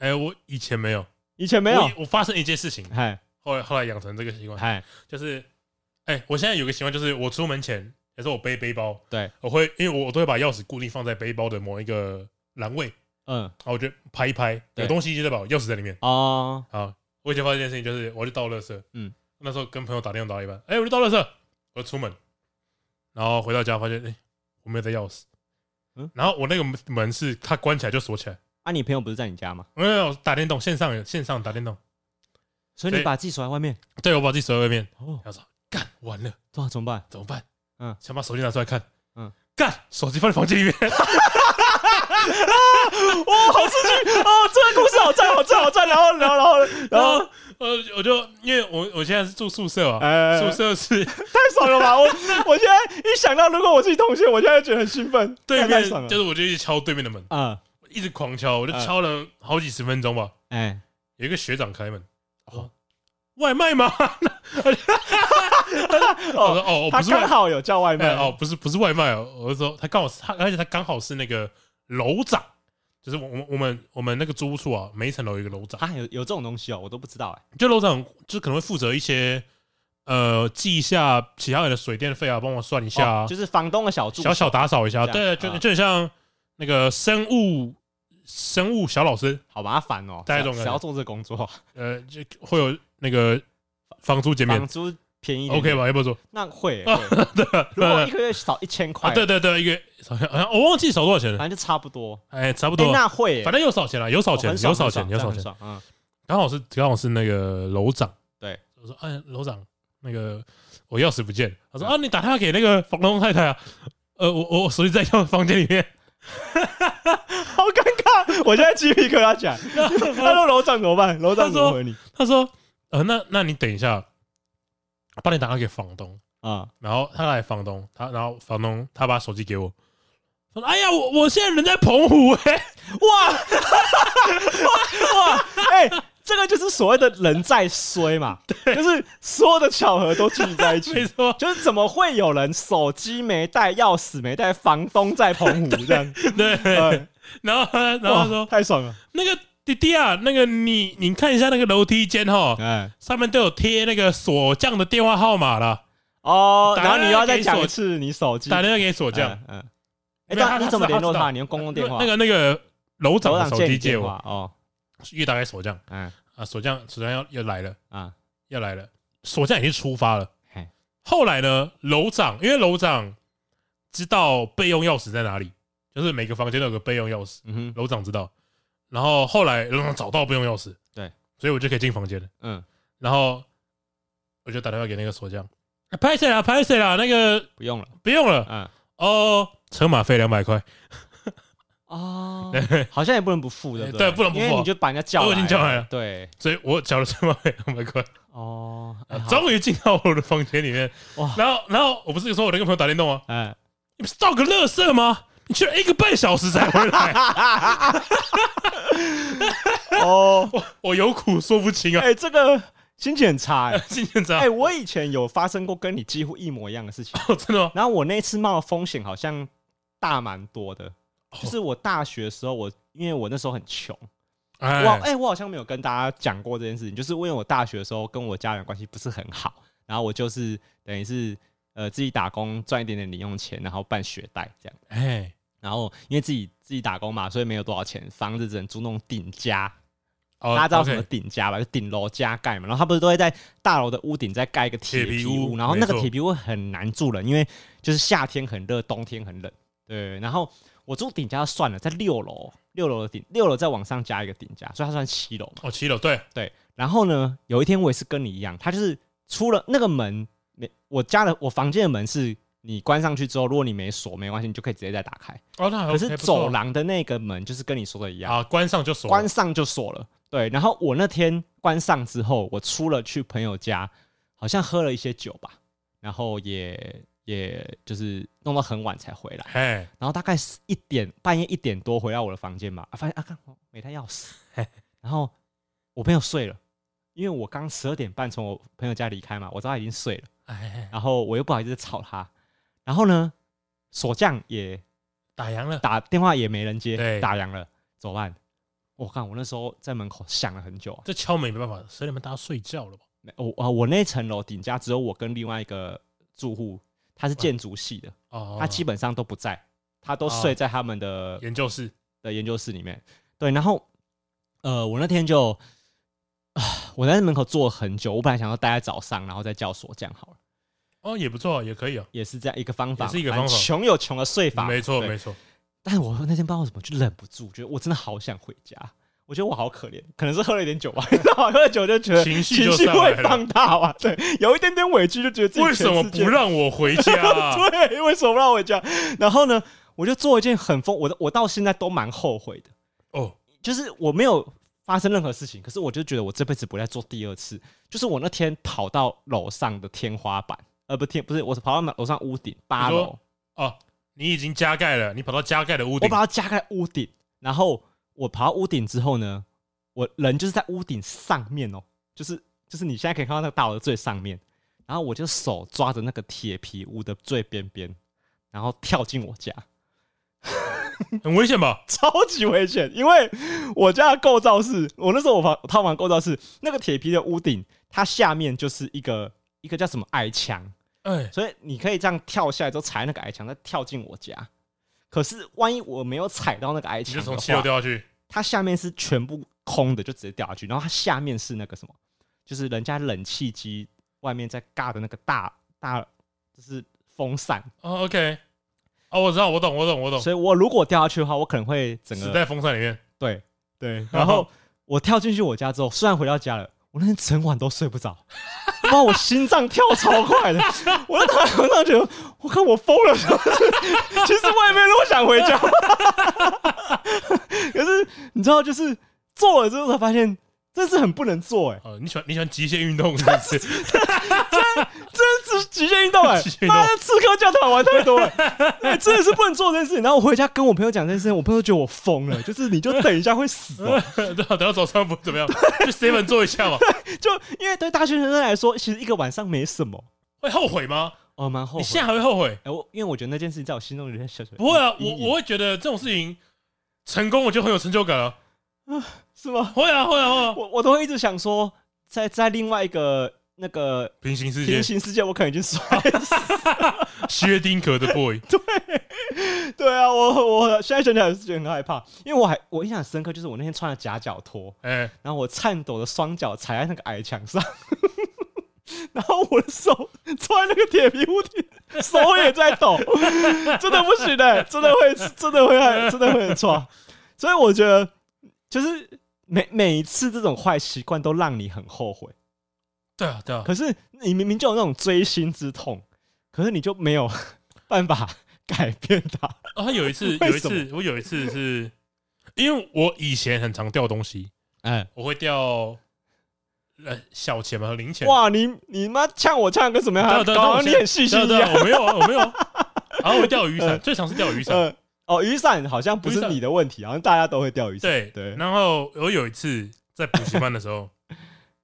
A: 哎，我以前没有，
B: 以前没有
A: 我，以我发生一件事情，
B: 嗨
A: 后来后来养成这个习惯，
B: 嗨，
A: 就是，哎，我现在有个习惯，就是我出门前，有时候我背背包，
B: 对，
A: 我会因为我我都会把钥匙固定放在背包的某一个栏位，
B: 嗯
A: 然后我就拍一拍，有
B: 对
A: 东西就代表钥匙在里面。
B: 哦，
A: 好，我以前发现一件事情，就是我就倒垃圾，嗯
B: 嗯，
A: 那时候跟朋友打电话打到一半，哎、我就倒垃圾，我就出门，然后回到家发现，哎、我没有带钥匙，嗯
B: 嗯，
A: 然后我那个门门是它关起来就锁起来，
B: 啊，你朋友不是在你家吗？
A: 没有没有打电动，线上有线上打电动，
B: 所以
A: 对
B: 你把自己锁在外面，
A: 对我把自己锁在外面，
B: 哦，
A: 然后说干完了
B: 对啊，怎么办？
A: 怎么办？嗯
B: 嗯，
A: 想把手机拿出来看，嗯
B: 嗯，
A: 干手机放在房间里面，
B: 哦，好刺激哦，这个故事好赞，好赞，好赞，然后，然后，然 后，
A: 然
B: 然
A: 后
B: 后，
A: 呃我就因为我我现在是住宿舍啊，
B: 哎
A: 宿舍是
B: 太爽了吧！ 我我现在一想到，如果我自己同学，我现在觉得很兴奋，
A: 对
B: 太爽
A: 面，
B: 了。
A: 就是我就一直敲对面的门，
B: 啊，
A: 一直狂敲，我就
B: 嗯
A: 敲了好几十分钟吧。
B: 哎，
A: 有一个学长开门，哦
B: 哦，
A: 外卖 吗？我说
B: 哦，
A: 哦，哦
B: 他
A: 不是外
B: 刚好有叫外哎
A: 卖
B: 卖
A: 哦，，不是不是外卖哦，我就说他刚好是他，而且他刚好是那个楼长，就是我我我们我们那个租屋处啊，每一层楼有一个楼长，
B: 啊，有有这种东西哦，我都不知道哎。
A: 就楼长就可能会负责一些呃记一下其他人的水电费啊，帮我算一下啊
B: 哦，就是房东的小助
A: 小小打扫一下，
B: 这
A: 对，
B: 样
A: 就
B: 啊
A: 就很像那个生物生物小老师，
B: 好麻烦哦，
A: 大概这种
B: 谁
A: 感觉
B: 谁要做这个工作？
A: 呃，就会有那个房租减免
B: 房租便宜一点
A: ，OK？吧？要不要说？
B: 那 会，会如果一个月少一千
A: 啊，
B: 块，
A: 对，对对，一个好像好像我忘记少多少钱了，
B: 反正就差不多。
A: 哎，差不
B: 哎
A: 多，，
B: 那哦会，
A: 反正有少钱了，有少
B: 有
A: 钱，有哦少钱，有少钱，啊
B: 钱，嗯，
A: 刚好是刚好是那个楼长，
B: 对，
A: 我说哎，楼长，那个我钥匙不见了，他说啊，你打电话给那个房东太太啊，呃，我我我手机在钥房间里面，
B: 好尴尬，我现在鸡皮疙瘩起 来。那说楼长怎么办？楼长怎么回你？
A: 他说呃，那那你等一下，我帮你打电话给房东，
B: 啊，
A: 然后他来房东，他然后房东他把手机给我，他说：“哎呀，我我现在人在澎湖哎、
B: 哇 哇哇！哎、这个就是所谓的人在衰嘛，就是所有的巧合都聚集在 一
A: 没
B: 起。
A: 错，
B: 就是怎么会有人手机没带、钥匙没带、房东在澎湖这样？
A: 对。
B: 对，
A: 然后他然后他
B: 哎哇
A: 说
B: 太爽了！：“
A: 那个弟弟啊，那个你你看一下那个楼梯间哈，
B: 哎，
A: 上面都有贴那个锁匠的电话号码了，
B: 哦，
A: 打
B: 然后你又要再
A: 给
B: 讲
A: 手
B: 一次你手机
A: 打电话给锁
B: 这
A: 匠。
B: 嗯，嗯
A: 没
B: 哎，
A: 有
B: 那、
A: 他
B: 你怎么
A: 他知道
B: 联络
A: 他知道
B: 他？你用公共电话？
A: 那个那个楼长
B: 楼
A: 的
B: 长
A: 手
B: 借
A: 机
B: 你
A: 借
B: 电
A: 我，
B: 话 哦，
A: 又打给锁匠
B: 嗯
A: 啊，锁匠锁匠要要来了，
B: 啊，
A: 要来了，锁匠已经出发了。
B: 嘿，
A: 后来呢，楼长因为楼长知道备用钥匙在哪里，就是每个房间都有个备用钥匙，
B: 嗯哼，
A: 楼长知道。然后后来楼长找到备用钥匙，
B: 对，
A: 所以我就可以进房间了。
B: 嗯，
A: 然后我就打电话给那个锁匠，啊拍谁啦，拍谁啦，那个
B: 不用了，
A: 不用了，
B: 嗯，
A: 哦，车马费两百块，
B: 哦，好像也不能不付，对不哎
A: 对
B: 对？
A: 不能不付
B: 因为你就把人家叫来了，
A: 我已经叫来了
B: 对，
A: 所以我缴了车马费 两百块，
B: 哦，哎，好
A: 终于进到我的房间里面。
B: 哇
A: 然后，然后我不是说我那个朋友打电动吗？
B: 哎，
A: 你不是到个乐色吗？你去了一个半小时才回 来，
B: 哎哦，
A: 我有苦说不清啊！
B: 哎，这个心情很差哎。
A: 今天这样
B: 哎，，我以前有发生过跟你几乎一模一样的事情，
A: 哦，真的吗？
B: 然后我那次冒的风险好像大蛮多的，就是我大学的时候，我因为我那时候很穷，
A: 哎
B: 我哎、我好像没有跟大家讲过这件事情，就是因为我大学的时候跟我家人关系不是很好，然后我就是等于是呃自己打工赚一点点零用钱，然后办学贷这样，
A: 哎，
B: 然后因为自己自己打工嘛，所以没有多少钱，房子只能租那种顶家，
A: 哦
B: 大家知道什么
A: OK
B: 顶家吧？就顶楼加盖嘛，然后他不是都会在大楼的屋顶再盖一个铁
A: 铁皮
B: 皮
A: 屋
B: 屋，然后那
A: 没
B: 个
A: 错
B: 铁皮屋很难住人，因为就是夏天很热，冬天很冷。对，然后我住顶家就算了，在六楼，六楼的顶，六楼再往上加一个顶家，所以它算七楼嘛。
A: 哦，七楼对，
B: 对，然后呢，有一天我也是跟你一样，他就是出了那个门，没我家的我房间的门是你关上去之后，如果你没锁没关系，你就可以直接再打开。
A: 哦，那还
B: 可是
A: OK，不错
B: 走廊的那个门就是跟你说的一样，
A: 啊，关上就锁了，
B: 关上就锁了。对，然后我那天关上之后，我出了去朋友家，好像喝了一些酒吧，然后也也就是弄到很晚才回来，
A: 嘿，
B: 然后大概是一点半夜一点多回到我的房间吧，啊、发现啊，看我没带钥匙， 然后我朋友睡了，因为我刚十二点半从我朋友家离开嘛，我知道他已经睡了，
A: 哎，
B: 然后我又不好意思吵他，然后呢，锁匠也
A: 打烊了，
B: 打电话也没人
A: 对
B: 接，打烊了，怎么办？我看我那时候在门口想了很久、啊，
A: 这敲门也没办法，十点半大家睡觉了吧？
B: 没我啊我那层楼顶家只有我跟另外一个住户，他是建筑系的，
A: 哦，
B: 他基本上都不在，他都睡在他们的
A: 研究室
B: 的研究室里面。对，然后呃，我那天就啊，我在门口坐很久，我本来想要待在早上，然后再叫锁匠好了，
A: 哦也不错，也可以哦，
B: 也是这样一个方法
A: 也
B: 嘛，
A: 是一个方法嗯
B: 反正穷有穷的睡法嘛，
A: 没错
B: 对
A: 没错，
B: 但我那天不知道为什么就忍不住，觉得我真的好想回家。我觉得我好可怜，可能是喝了一点酒吧， 然后喝了酒就觉得
A: 情绪
B: 情
A: 就
B: 绪
A: 上来
B: 会
A: 了
B: 放大嘛，对，有一点点委屈，就觉得自己
A: 为什么
B: 全世界
A: 不 让我回家啊？
B: 对，为什么不让我回家？然后呢，我就做一件很疯，我我到现在都蛮后悔的，
A: 哦，
B: 就是我没有发生任何事情，可是我就觉得我这辈子不再做第二次。就是我那天跑到楼上的天花板，呃，不天不是，我是跑到楼上屋顶八
A: 你说
B: 楼，
A: 哦，你已经加盖了，你跑到加盖的屋
B: 我
A: 顶，
B: 把它加在屋顶，然后我爬到屋顶之后呢，我人就是在屋顶上面哦，就是就是你现在可以看到那个大楼的最上面，然后我就手抓着那个铁皮屋的最边边，然后跳进我家。
A: 很危险吧？
B: 超级危险，因为我家的构造是，我那时候我房套房构造是那个铁皮的屋顶，它下面就是一个一个叫什么矮墙，
A: 哎，
B: 所以你可以这样跳下来之后踩那个矮墙，再跳进我家。可是万一我没有踩到那个矮
A: 你
B: 墙
A: 就
B: 的
A: 从七楼
B: 话，
A: 掉下去，
B: 它下面是全部空的，就直接掉下去，然后它下面是那个什么，就是人家冷气机外面在尬的那个大大，就是风扇，
A: 哦，OK，哦，我知道，我懂，我懂，我懂，
B: 所以我如果掉下去的话，我可能会整
A: 死
B: 个
A: 在风扇里面，
B: 对对，然后我跳进去我家之后，虽然回到家了，我那天整晚都睡不着，哇，我心脏跳超快的，我在躺在床上觉得，我看我疯了，是不是其实我也没有那么想回家，可是你知道，就是做了之后才发现，这是很不能做哎、欸，
A: 哦，你喜欢你喜欢极限运动是不 是？
B: 这是极限运动哎、
A: 极限
B: 欸，
A: 运动
B: 妈的刺客教堂玩太多了、欸，真的是不能做这件事情。然后我回家跟我朋友讲这件事情，我朋友觉得我疯了，就是你就等一下会死哦、
A: 对啊，等到早上不怎么样，去 seven 做一下 嘛，
B: 就因为对大学生来说，其实一个晚上没什么，
A: 会后悔吗？
B: 哦，蛮后
A: 你
B: 悔。
A: 现在还会后悔？
B: 哎、我因为我觉得那件事情在我心中有点小小
A: 不会啊，
B: 阴
A: 我
B: 影
A: 我会觉得这种事情成功，我就很有成就感啊了。
B: 是吗？
A: 会啊，会啊，会啊！
B: 我我都会一直想说，在在另外一个那个
A: 平行世界
B: 平，行世界，我可能已经摔死。
A: 薛丁格的 boy，
B: 对啊，我我现在想起来是觉得很害怕，因为我还我印象很深刻，就是我那天穿了夹脚拖，
A: 哎，
B: 然后我颤抖的双脚踩在那个矮墙上。 然后我的手抓在那个铁皮屋顶，手也在抖，真的不行的、真的会，真的会害，真的会很抓。所以我觉得，就是每每一次这种坏习惯都让你很后悔。
A: 对啊，对啊，
B: 可是你明明就有那种锥心之痛，可是你就没有办法改变它。
A: 啊，有一次，
B: 为
A: 有一
B: 什么
A: 次，我有一次是，因为我以前很常掉东西，
B: 哎，
A: 我会掉呃小钱嘛，零钱。
B: 哇，你你妈呛我呛得跟什么样？
A: 对，对对，
B: 搞
A: 我
B: 得你
A: 现在
B: 很细心一
A: 对对
B: 样。
A: 对我没有啊，我没有啊。然后我掉 雨伞，
B: 呃
A: 最常是掉雨伞。
B: 呃，哦，雨伞好像不
A: 雨
B: 是
A: 伞
B: 你的问题，好像大家都会掉雨伞。
A: 对
B: 对，
A: 然后我有一次在补习班的时 候，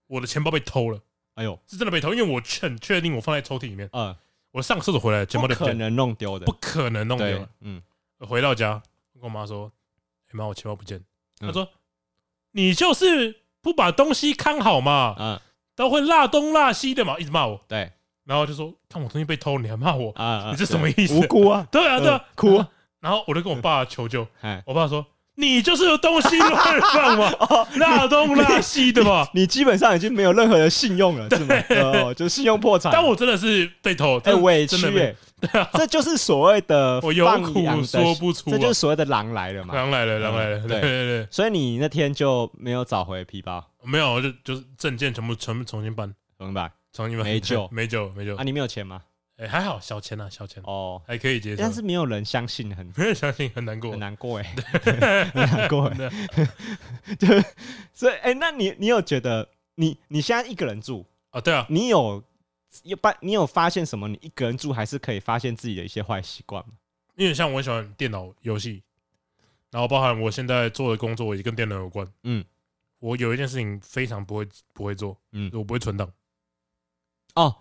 A: 我的钱包被偷了，
B: 哎呦，
A: 是真的被偷，因为我很确定我放在抽屉里面。
B: 嗯，
A: 我上厕所回来，钱包
B: 不
A: 在不
B: 可
A: 见
B: 能弄丢的
A: 不，可能弄丢
B: 对
A: 了。，
B: 嗯，
A: 我回到家，我跟我妈说：“哎妈，我钱包不见。”
B: 嗯
A: 她说：“你就是不把东西看好嘛，
B: 啊，
A: 都会落东落西的嘛，一直骂我。
B: 对，”
A: 然后就说：“看我东西被偷，你还骂我？
B: 啊啊，
A: 你这什么意思
B: 无辜啊，
A: 对啊，对啊
B: 嗯，哭啊。
A: 然后我就跟我爸求救，
B: 哎，
A: 我爸说：“你就是有东西乱放 嘛，落东落西的嘛。
B: 哦你 基本上已经没有任何的信用了，是 吗？哦，就信用破”产。
A: 但我真的是被偷，
B: 哎
A: 真的
B: 委
A: 真
B: 屈
A: 的被，
B: 哎， 这就是所谓的
A: 我有
B: 放羊
A: 苦
B: 的
A: 说不出啊
B: 这就是所谓的狼来了嘛。
A: 狼来了，狼来了，
B: 嗯
A: 对对对，
B: 所以你那天就没有找回皮包，
A: 没有，就就是证件全部全部重新办，
B: 明白？
A: 重新办，
B: 没 救
A: 没救，没救
B: 啊，，你没有钱吗？
A: 哎，还好小钱啊，小钱
B: 哦，
A: 还可以接受，
B: 但是没有人相信，很
A: 没人相信，很难过
B: 很。难 过哎，很难过哎。
A: 对啊
B: 就所以哎，那你你有觉得你你现在一个人住，
A: 啊，对啊，
B: 你有有发你有发现什么？你一个人住还是可以发现自己的一些坏习惯吗？
A: 因为像我很喜欢电脑游戏，然后包含我现在做的工作也跟电脑有关。
B: 嗯，
A: 我有一件事情非常不会不会做，
B: 嗯
A: 嗯，我不会存档，
B: 哦，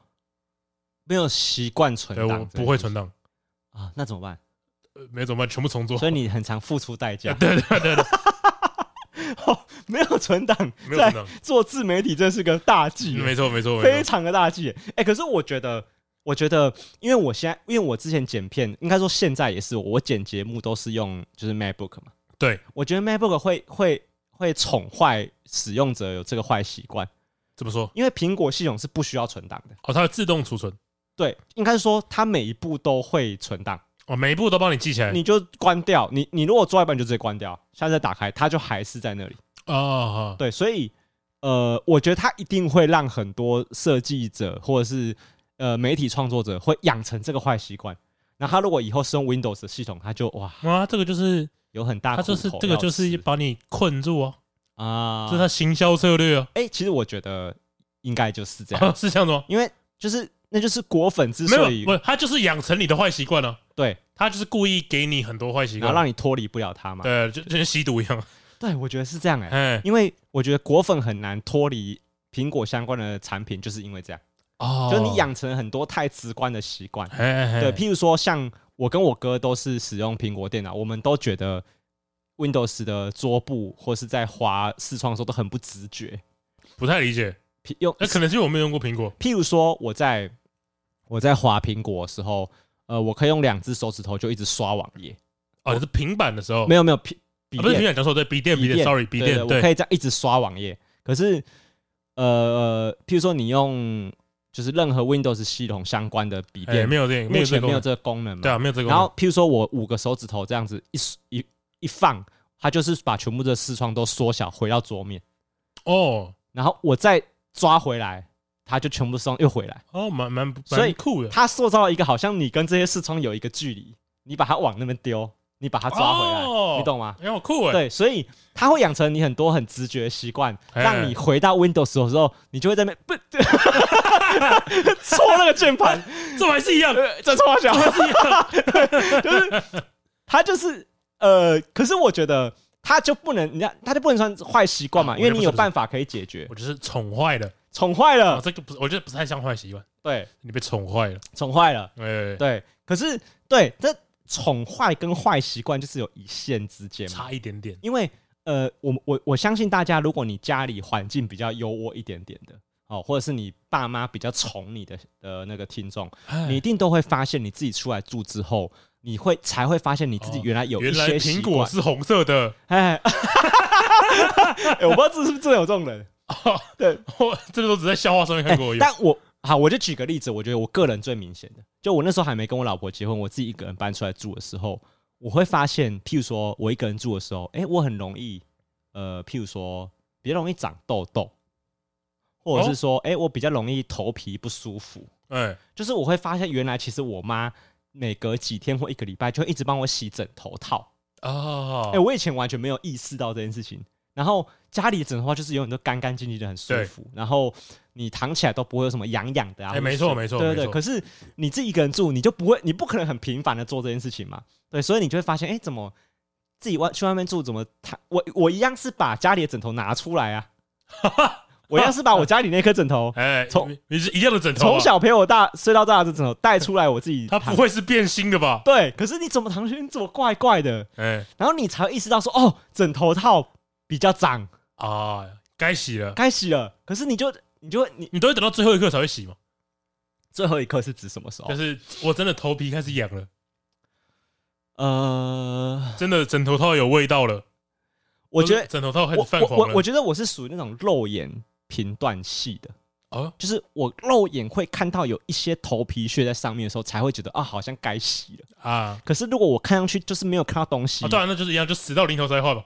B: 没有习惯存
A: 对
B: 档这
A: 我
B: 件事情，
A: 不会存档，
B: 啊，那怎么办？
A: 呃没有怎么办？全部重做。。
B: 所以你很常付出代 价
A: 哎对对对，对
B: 哦，没有存档，
A: 没有存
B: 在
A: 档，
B: 做自媒体，真是个大忌，
A: 没错没错没
B: 非
A: 错。
B: 常的大忌。哎、可是我觉得，我觉得，因为我现在，因为我之前剪片，应该说现在也是，我剪节目都是用就是 MacBook 嘛。
A: 对，
B: 我觉得 MacBook 会会会宠坏使用者有这个坏习惯，
A: 怎么说？
B: 因为苹果系统是不需要存档的。
A: 哦，它会自动储存，
B: 对，应该说它每一步都会存档。
A: 哦，每一步都帮你记起来。
B: 你就关掉，你你如果做到一半你就直接关掉，下次再打开它就还是在那里。
A: 哦哦，
B: 对，所以呃，我觉得它一定会让很多设计者或者是呃媒体创作者会养成这个坏习惯。那他如果以后是用 Windows 的系统，他就哇
A: 哦哇，这个就是
B: 有很大
A: 它就
B: 苦头要
A: 是
B: 吃。
A: 这个就是把你困住啊，
B: 啊，
A: 这是它行销策略啊，
B: 哎、其实我觉得应该就是 这样，
A: 是这样子吗？
B: 因为就是那就是果粉啊之
A: 没
B: 所以
A: 有，不，它就是养成你的坏习惯了，
B: 对，
A: 它就是故意给你很多坏习
B: 然后
A: 惯，
B: 让你脱离不了它嘛。
A: 对，就就跟吸毒一样，
B: 对，我觉得是这样哎、
A: 哎，
B: 因为我觉得果粉很难脱离苹果相关的产品，就是因为这样，
A: 哦
B: 就是你，养成很多太直观的习惯。
A: 哎哎，
B: 对，
A: 哎
B: 譬如说像我跟我哥都是使用苹果电脑，我们都觉得 Windows 的桌布或是在滑视窗的时候都很不直觉。
A: 不太理解，
B: 譬用
A: 那可能是因为我没有用过苹果，
B: 譬如说我在我在滑苹果的时候，呃，我可以用两只手指头就一直刷网页，
A: 哦，是平板的时候，
B: 没
A: 有，
B: 有没有笔笔
A: 不是平
B: 电，
A: 板讲错，对，笔电笔电，sorry，笔
B: 对
A: 电，
B: 对我可
A: 对，
B: 以这样一直刷网页。可是呃呃，譬如说你用就是任何 Windows 系统相关的笔
A: 哎，
B: 电，
A: 没有这个，没
B: 目
A: 有这
B: 前
A: 个功
B: 没有
A: 能，
B: 这个功能嘛
A: 对？啊，没有这个功能，
B: 然后譬如说我五个手指头这样子一缩一一放，它就是把全部的视窗都缩小回到桌面，
A: 哦
B: 然后我再抓回来，它就全部视窗又回来。
A: 哦，蛮蛮
B: 所以
A: 蛮酷的，
B: 它塑造了一个好像你跟这些视窗有一个距离，你把它往那边丢，你把它抓回来，
A: 哦
B: 你懂吗？
A: 哎，好酷哎，
B: 对，所以它会养成你很多很直觉的习惯，
A: 哎
B: 让你回到 Windows 的时候，你就会在那边 不戳那个键 盘，
A: 这还是一样，
B: 呃，这超小，就是他 就是呃，可是我觉得他就不能，你看他就不能算是坏习惯嘛，
A: 啊
B: 因为你有办法可以解决
A: 我，就是宠坏了，
B: 宠坏
A: 啊，
B: 了，
A: 这个不是，我觉得不太像坏习惯，
B: 对，
A: 你被宠坏了，
B: 宠坏了，
A: 哎，
B: 对，可是对这宠坏跟坏习惯就是有一线之间嘛，
A: 差一点点，
B: 因为呃，我我我相信大家，如果你家里环境比较优渥一点点的。哦，或者是你爸妈比较宠你的的那个听众，
A: 哎
B: 你一定都会发现你自己出来住之后，你会才会发现你自己原来有一
A: 哦原来
B: 些习
A: 苹
B: 惯
A: 果是红色的，
B: 哎， 欸我不知道这是不是真的有这种人，
A: 哦
B: 对，
A: 我这个都只在笑话上面
B: 哎
A: 看过，有，
B: 但我好，我就举个例子，我觉得我个人最明显的，就我那时候还没跟我老婆结婚，我自己一个人搬出来住的时候，我会发现，譬如说我一个人住的时候，哎、我很容易，呃，譬如说比较容易长痘痘，或者是说，哎、我比较容易头皮不舒服，
A: 哎，
B: 就是我会发现，原来其实我妈每隔几天或一个礼拜就会一直帮我洗枕头套。
A: 哦，
B: 哎、我以前完全没有意识到这件事情。然后家里的枕头套就是永远都干干净净的，很舒
A: 对
B: 服。然后你躺起来都不会有什么痒痒的啊。
A: 哎
B: 或者
A: 没错
B: 是
A: 没错
B: 对
A: 没
B: 对对。
A: 错
B: 可是你自己一个人住，你就不会，你不可能很频繁的做这件事情嘛。对，所以你就会发现，哎、怎么自己外去外面住，怎么躺？我我一样是把家里的枕头拿出来 啊，我一样是把我家里那颗枕头，
A: 哎，
B: 从
A: 你你是一样的枕头啊，
B: 从小陪我大睡到大的枕头带出来，我自己
A: 它
B: 躺
A: 不会是变心的吧？
B: 对。可是你怎么躺进去，你怎么怪怪的？
A: 哎
B: 然后你才会意识到说，哦，枕头套比较脏，
A: 啊，该洗了，
B: 该洗了。可是你就你就你
A: 你都会等到最后一刻才会洗嘛？
B: 最后一刻是指什么时候？
A: 就是我真的头皮开始痒了，
B: 呃，
A: 真的枕头套有味道了，
B: 我觉
A: 或者
B: 得
A: 枕头套开始
B: 我
A: 泛
B: 我
A: 黄
B: 我
A: 了。
B: 我觉得我是属于那种肉眼频段系的，
A: 哦
B: 就是我肉眼会看到有一些头皮屑在上面的时候，才会觉得啊，好像该洗了。
A: 啊，
B: 可是如果我看上去就是没有看到东西，
A: 啊，当然那就是一样，就死到临头才换嘛。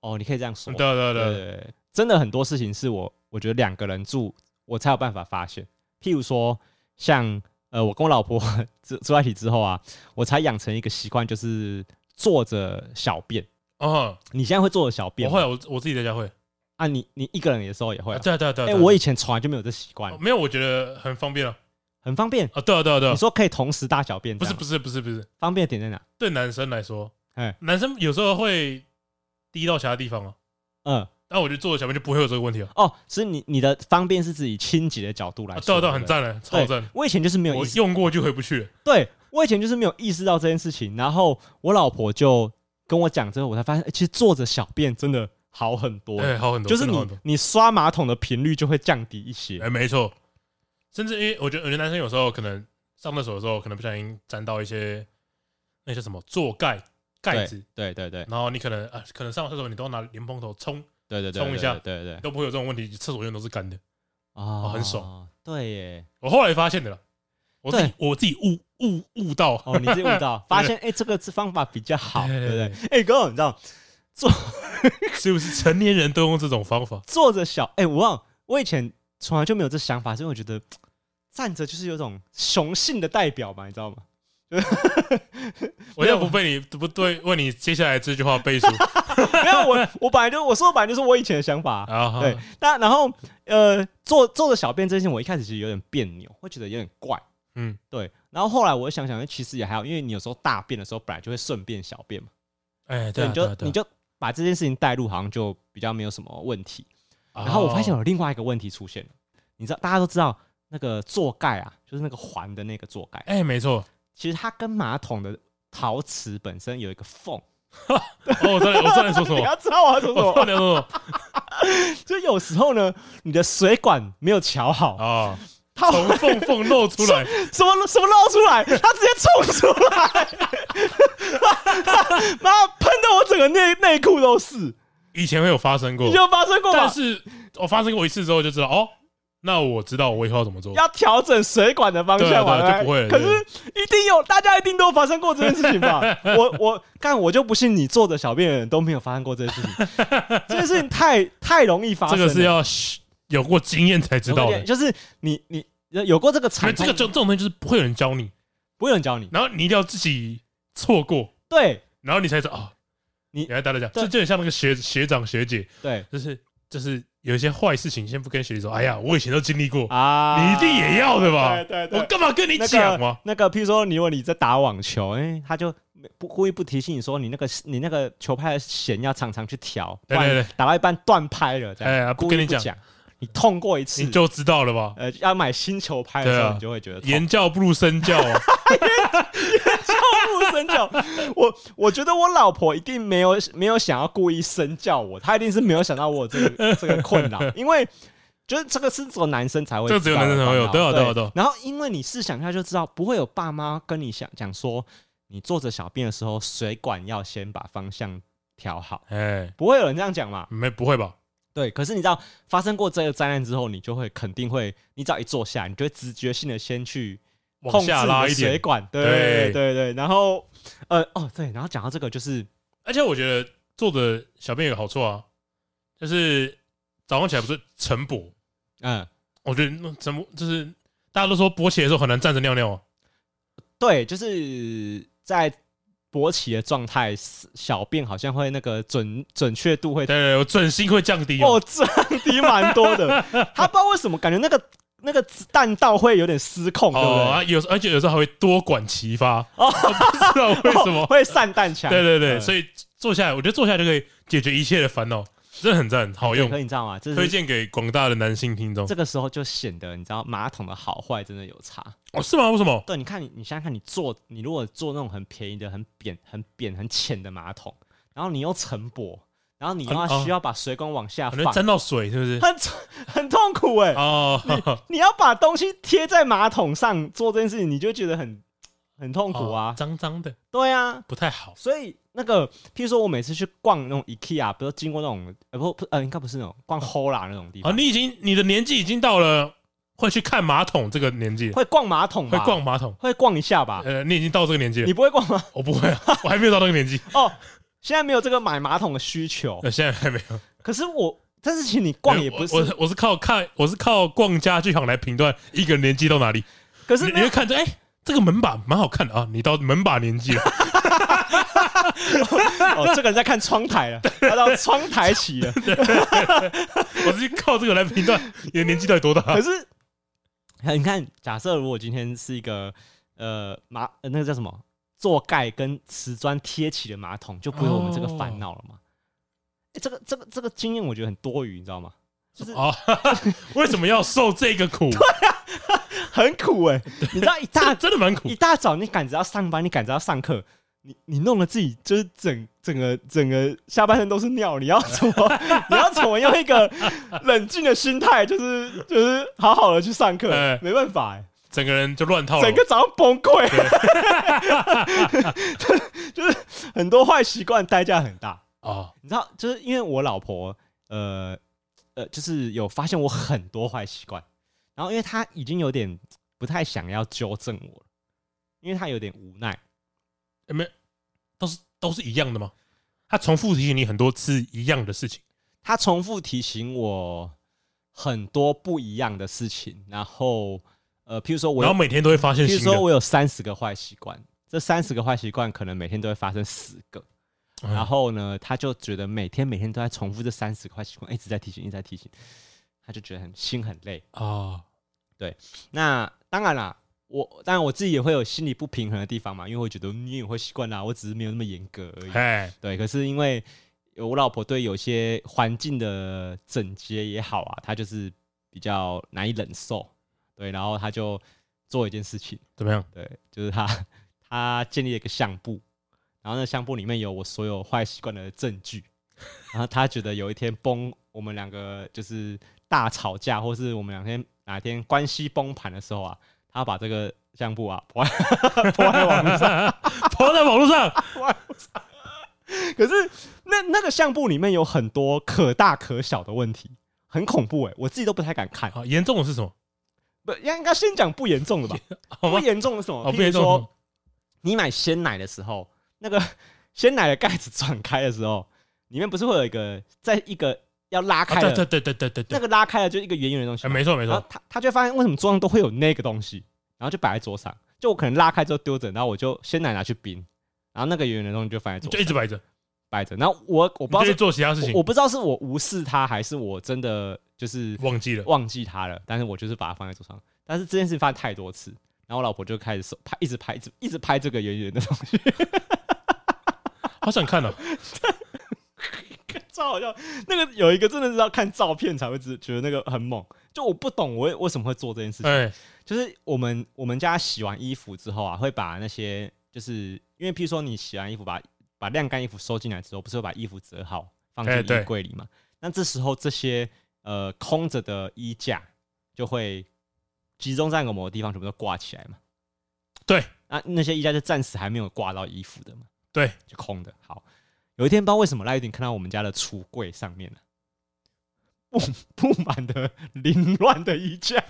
B: 哦，你可以这样说
A: 嗯对，啊对
B: 对
A: 对，
B: 对对，真的很多事情是我我觉得两个人住我才有办法发现。譬如说，像呃，我跟我老婆 住住在一起之后啊，我才养成一个习惯，就是坐着小便。
A: 哦，
B: 你现在会坐着小
A: 我
B: 便
A: 会，
B: 吗？
A: 我我自己在家会。
B: 啊，你你一个人的时候也会、
A: 啊
B: 啊？
A: 对啊对啊对啊。
B: 哎、
A: 对啊
B: 我以前从来就没有这习惯
A: 哦，没有，我觉得很方便啊。
B: 很方便。
A: 啊，对啊对啊对啊
B: 你。说可以同时大小便
A: 不
B: 这
A: 是
B: 样，
A: 不是不是不是，
B: 方便的点在哪？
A: 对男生来说，
B: 哎，
A: 男生有时候会滴到其他地方啊，
B: 嗯，
A: 但我觉得坐在小便就不会有这个问题啊。
B: 哦，是你你的方便是自己清洁的角度来
A: 啊，
B: 说，
A: 对啊对啊，
B: 不
A: 很赞了，
B: 对
A: 超赞。
B: 我以前就是没有
A: 我
B: 意识
A: 用过就回不去了。
B: 对我以前就是没有意识到这件事情，然后我老婆就跟我讲之后，我才发现，欸其实坐着小便真的好很多，
A: 哎，好很多，
B: 就是
A: 真的好
B: 你
A: 很多。
B: 你刷马桶的频率就会降低一些。
A: 哎，没错，甚至因为我觉得，我觉得男生有时候可能上厕所的时候，可能不小心沾到一些那些什么座盖盖子，
B: 对对对
A: 然后你可能啊，可能上完厕所你都要拿莲蓬头冲，
B: 对对对，
A: 冲一下
B: 对对对，
A: 都不会有这种问题，厕所永远都是干的。
B: 啊
A: 很爽。
B: 对耶，
A: 我后来发现的了，我自己
B: 对
A: 我自己悟悟悟到，
B: 哦，你自己悟到，发现哎，欸这个方法比较好，
A: 对
B: 对
A: 对
B: 不对？哎，哥，你知道
A: 是不是成年人都用这种方法？
B: 坐着小，哎，我忘了，我以前从来就没有这想法，所以我觉得嘖站着就是有种雄性的代表嘛，你知道吗？
A: 我要不被你不对，问你接下来这句话背 书
B: 没有，我我本来就我说的本来就是我以前的想法啊
A: 啊？
B: 对，，但然后呃，做做着小便这件事情，我一开始其实有点别扭，会觉得有点怪，
A: 嗯，
B: 对。然后后来我想想，其实也还好，因为你有时候大便的时候本来就会顺便小便嘛，
A: 哎，对
B: 对，
A: 啊，
B: 你
A: 对啊
B: 就
A: 对啊
B: 你就把这件事情带入，好像就比较没有什么问题。
A: 哦
B: 然后我发现有另外一个问题出现了，你知道大家都知道那个座盖啊，就是那个环的那个座盖，
A: 哎，没错，
B: 其实它跟马桶的陶瓷本身有一个缝。
A: 哦，我知道你我知道你说什 么，
B: 你要知道我要说什
A: 我知道
B: 么，
A: 你说什
B: 就有时候呢，你的水管没有调 好
A: 么，啊，
B: 它会
A: 从缝缝露出来，
B: 什么什么露出来，他直接冲出来，妈喷到我整个内内裤都是，
A: 以前会有发生过
B: 你，有发生过
A: 但
B: 吗？
A: 是我发生过一次之后就知道，哦，那我知道我以后要怎么做。
B: 要调整水管的方
A: 对啊
B: 向
A: 对啊
B: 嘛，对
A: 就不会了
B: 可
A: 对
B: 是一定有，大家一定都有发生过这件事情吧？我我干，我就不信你坐着小便的人都没有发生过这件事情，这件事情太太容易发
A: 这
B: 生了。
A: 个是要有过经验才知道的，因
B: 就是你你有过这个
A: 为
B: 惨
A: 这
B: 痛，
A: 个这这种东西就是不会有人教你，
B: 不用教你，
A: 然后你一定要自己错过，
B: 对
A: 然后你才知道哦，
B: 你
A: 原来大家讲，
B: 对
A: 这就很像那个学学长学姐，
B: 对
A: 就是就是有一些坏事情，先不跟学弟说。哎呀，我以前都经历过，
B: 啊，
A: 你一定也要的吧？
B: 对对对
A: 我干嘛跟你
B: 那
A: 讲啊
B: 个
A: 嘛？
B: 那个，譬如说，你如果你在打网球，哎、他就不故意不提醒你说，你那个你那个球拍的弦要常常去调，
A: 对对
B: 不然
A: 对
B: 打到一半断拍了，这样、
A: 哎呀
B: 故
A: 不
B: 意
A: 跟你
B: 不
A: 讲
B: 讲，你痛过一次，
A: 你就知道了吧？
B: 呃要买新球拍的
A: 对
B: 时
A: 啊
B: 候，你就会觉得痛
A: 言教不如身教 啊！
B: 不如身教。 我我觉得我老婆一定没有没有想要故意身教我，她一定是没有想到我有这个这个困 扰，因为就是这个是只有男生才会知
A: 这
B: 道
A: 只有男
B: 的烦恼，
A: 生才会有对啊对啊对啊
B: 然后因为你试想一下就知道，不会有爸妈跟你想讲说，你坐着小便的时候，水管要先把方向调好，
A: 哎，
B: 不会有人这样讲嘛？
A: 没不会吧？
B: 对，可是你知道发生过这个灾难之后，你就会肯定会，你只要一坐下，你就会直觉性的先去
A: 往下拉
B: 控
A: 一
B: 制你的水
A: 点。
B: 管，对
A: 对
B: 对对对，然后呃哦对，然后讲到这个就是
A: 而且我觉得坐着小便有个好处啊，就是早上起来不是晨勃，
B: 嗯
A: 嗯我觉得那晨勃就是大家都说勃起的时候很难站着尿尿啊，
B: 对，就是在勃起的状态，小便好像会那个准准确度会
A: 对对，我准心会降低
B: 哦
A: 哦，
B: 降低蛮多的。 他不知道为什么，感觉那个那个弹道会有点失控，对不
A: 哦
B: 对？，
A: 啊，有时而且有时候还会多管齐发， 哦，不知道为什么
B: 哦会散弹枪？
A: 对对对，
B: 嗯
A: 所以坐下来，我觉得坐下来就可以解决一切的烦恼，真的很赞，好用
B: 可，你知道吗？这
A: 推
B: 是
A: 荐给广大的男性听众
B: 这。个时候就显得你知道马桶的好坏真的有差。
A: 哦，是吗？为什么？
B: 对，你看你你想想看，你坐你如果坐那种很便宜的、很扁、很扁、很浅的马桶，然后你又沉薄，然后你又
A: 很
B: 要
A: 哦
B: 需要把水管往下
A: 可
B: 放，
A: 能沾到水是不是？
B: 很很 痛苦哎、
A: 哦， 哈哈
B: 你要把东西贴在马桶上做这件事情，你就觉得很很痛苦啊
A: 哦。脏脏的
B: 对啊，
A: 不太好。
B: 所以那个，譬如说我每次去逛那种 IKEA，比如经过那种，呃，不不，呃，应该不是那种逛 Hola 那种地
A: 啊，
B: 方，
A: 你已经你的年纪已经到了会去看马桶这个年纪了，
B: 会逛马桶
A: 会
B: 吧？
A: 逛马桶。
B: 会逛一下吧？
A: 呃，你已经到这个年纪了
B: 你，不会逛吗？
A: 我不会 啊，我还没有到那个年纪，
B: 哦，现在没有这个买马桶的需求。
A: 呃，现在还没有。
B: 可是我，但是其实你逛也不
A: 我我
B: 是，
A: 是我是靠看，我是靠逛家具行来评断一个人年纪到哪里。
B: 可
A: 你
B: 是
A: 你
B: 没有
A: 会看着，哎、这个门把蛮好看的啊，你到门把年纪了，
B: 哦，这个人在看窗台 了，他到窗台起了。
A: 我是靠这个来评断你的年纪到底多大
B: 可。是，呃你看，假设如果今天是一个呃马，呃那个叫什么座盖跟瓷砖贴起的马桶，就不会有我们这个烦恼了
A: 哦
B: 嘛？诶这个这个这个经验，我觉得很多余，你知道吗？就是
A: 哦， 为什么要受这个苦？
B: 很苦 哎、你知道一
A: 这
B: 大
A: 真的蛮苦
B: 一。大早你赶着要上班，你赶着要上课，你你弄得自己就是整整个整个下半身都是尿，你要怎么你要怎么用一个冷静的心态，就是就是好好的去上课
A: 哎，
B: 没办法哎、
A: 整个人就乱套了。
B: 整个早上崩溃， 就是很多坏习惯代价很大。
A: 哦，
B: 你知道，就是因为我老婆，呃呃，就是有发现我很多坏习惯，然后因为她已经有点不太想要纠正我了，因为她有点无奈。
A: 有哎没有都是都是一样的吗？他重复提醒你很多次一样的事情。
B: 他重复提醒我很多不一样的事情，然后呃，譬如说我
A: 然
B: 有
A: 后，每天都会发现
B: 譬如
A: 新的
B: 说我有三十个坏习惯，这三十个坏习惯可能每天都会发生十个，
A: 嗯
B: 然后呢，他就觉得每天每天都在重复这三十个坏习惯，一直在提醒，一直在提醒，他就觉得很心很累。
A: 哦，
B: 那当然啦。我当然我自己也会有心理不平衡的地方嘛，因为我觉得嗯你也会习惯啦，我只是没有那么严格而已。
A: 哎，
B: 对，可是因为我老婆对有些环境的整洁也好啊，她就是比较难以忍受。对，然后她就做一件事情，
A: 怎么样？
B: 对，就是她她建立了一个相簿，然后那相簿里面有我所有坏习惯的证据。然后她觉得有一天崩，我们两个就是大吵架，或是我们两天哪天关系崩盘的时候啊，她把这个相簿啊泼 泼在网络上。
A: 抛在网络上，
B: 可是那那个相簿里面有很多可大可小的问题，很恐怖哎、我自己都不太敢看。
A: 好啊严重的是什么？
B: 不，应该先讲不严重的吧？
A: 好
B: 不
A: 吗？
B: 严重的是什么？
A: 哦，不
B: 譬如
A: 严重
B: 说，你买鲜奶的时候，那个 鲜奶的盖子转开的时候，里面不是会有一个在一个要拉
A: 啊
B: 开
A: 对
B: 的，
A: 对对对对对
B: 那
A: 对，
B: 个啊拉开的就一个圆圆的东西
A: 哎，
B: 嘛。
A: 没错没
B: 然后
A: 错，
B: 他他就发现为什么桌上都会有那个东西，然后就摆在桌上。就我可能拉开之后丢着，然后我就鲜奶拿去冰，然后那个圆圆的东西就放在
A: 你
B: 桌
A: 就
B: 上
A: 一直摆着，
B: 摆着。然后我我
A: 你
B: 不知道
A: 就是去做其他事情
B: 我，我不知道是我无视他，还是我真的就是
A: 忘记了。
B: 忘记他了。但是我就是把它放在桌上。但是这件事发生太多次，然后我老婆就开始手拍，一直拍，一直一直拍这个圆圆的东西，
A: 好想看哦，
B: 超好笑。那个有一个真的是要看照片才会知觉得那个很猛。就我不懂我为为什么会做这件事情，
A: 哎，
B: 就是我们我们家洗完衣服之后啊，会把那些就是因为譬如说你洗完衣服把把晾干衣服收进来之后，不是会把衣服折好放进
A: 哎对
B: 衣柜里嘛？那这时候这些呃空着的衣架就会集中在某个地方，全部都挂起来嘛。
A: 对
B: 那那些衣架就暂时还没有挂到衣服的嘛，
A: 对，
B: 就空的。好，有一天不知道为什么赖玉婷看到我们家的橱柜上面了、 布布满的凌乱的衣架，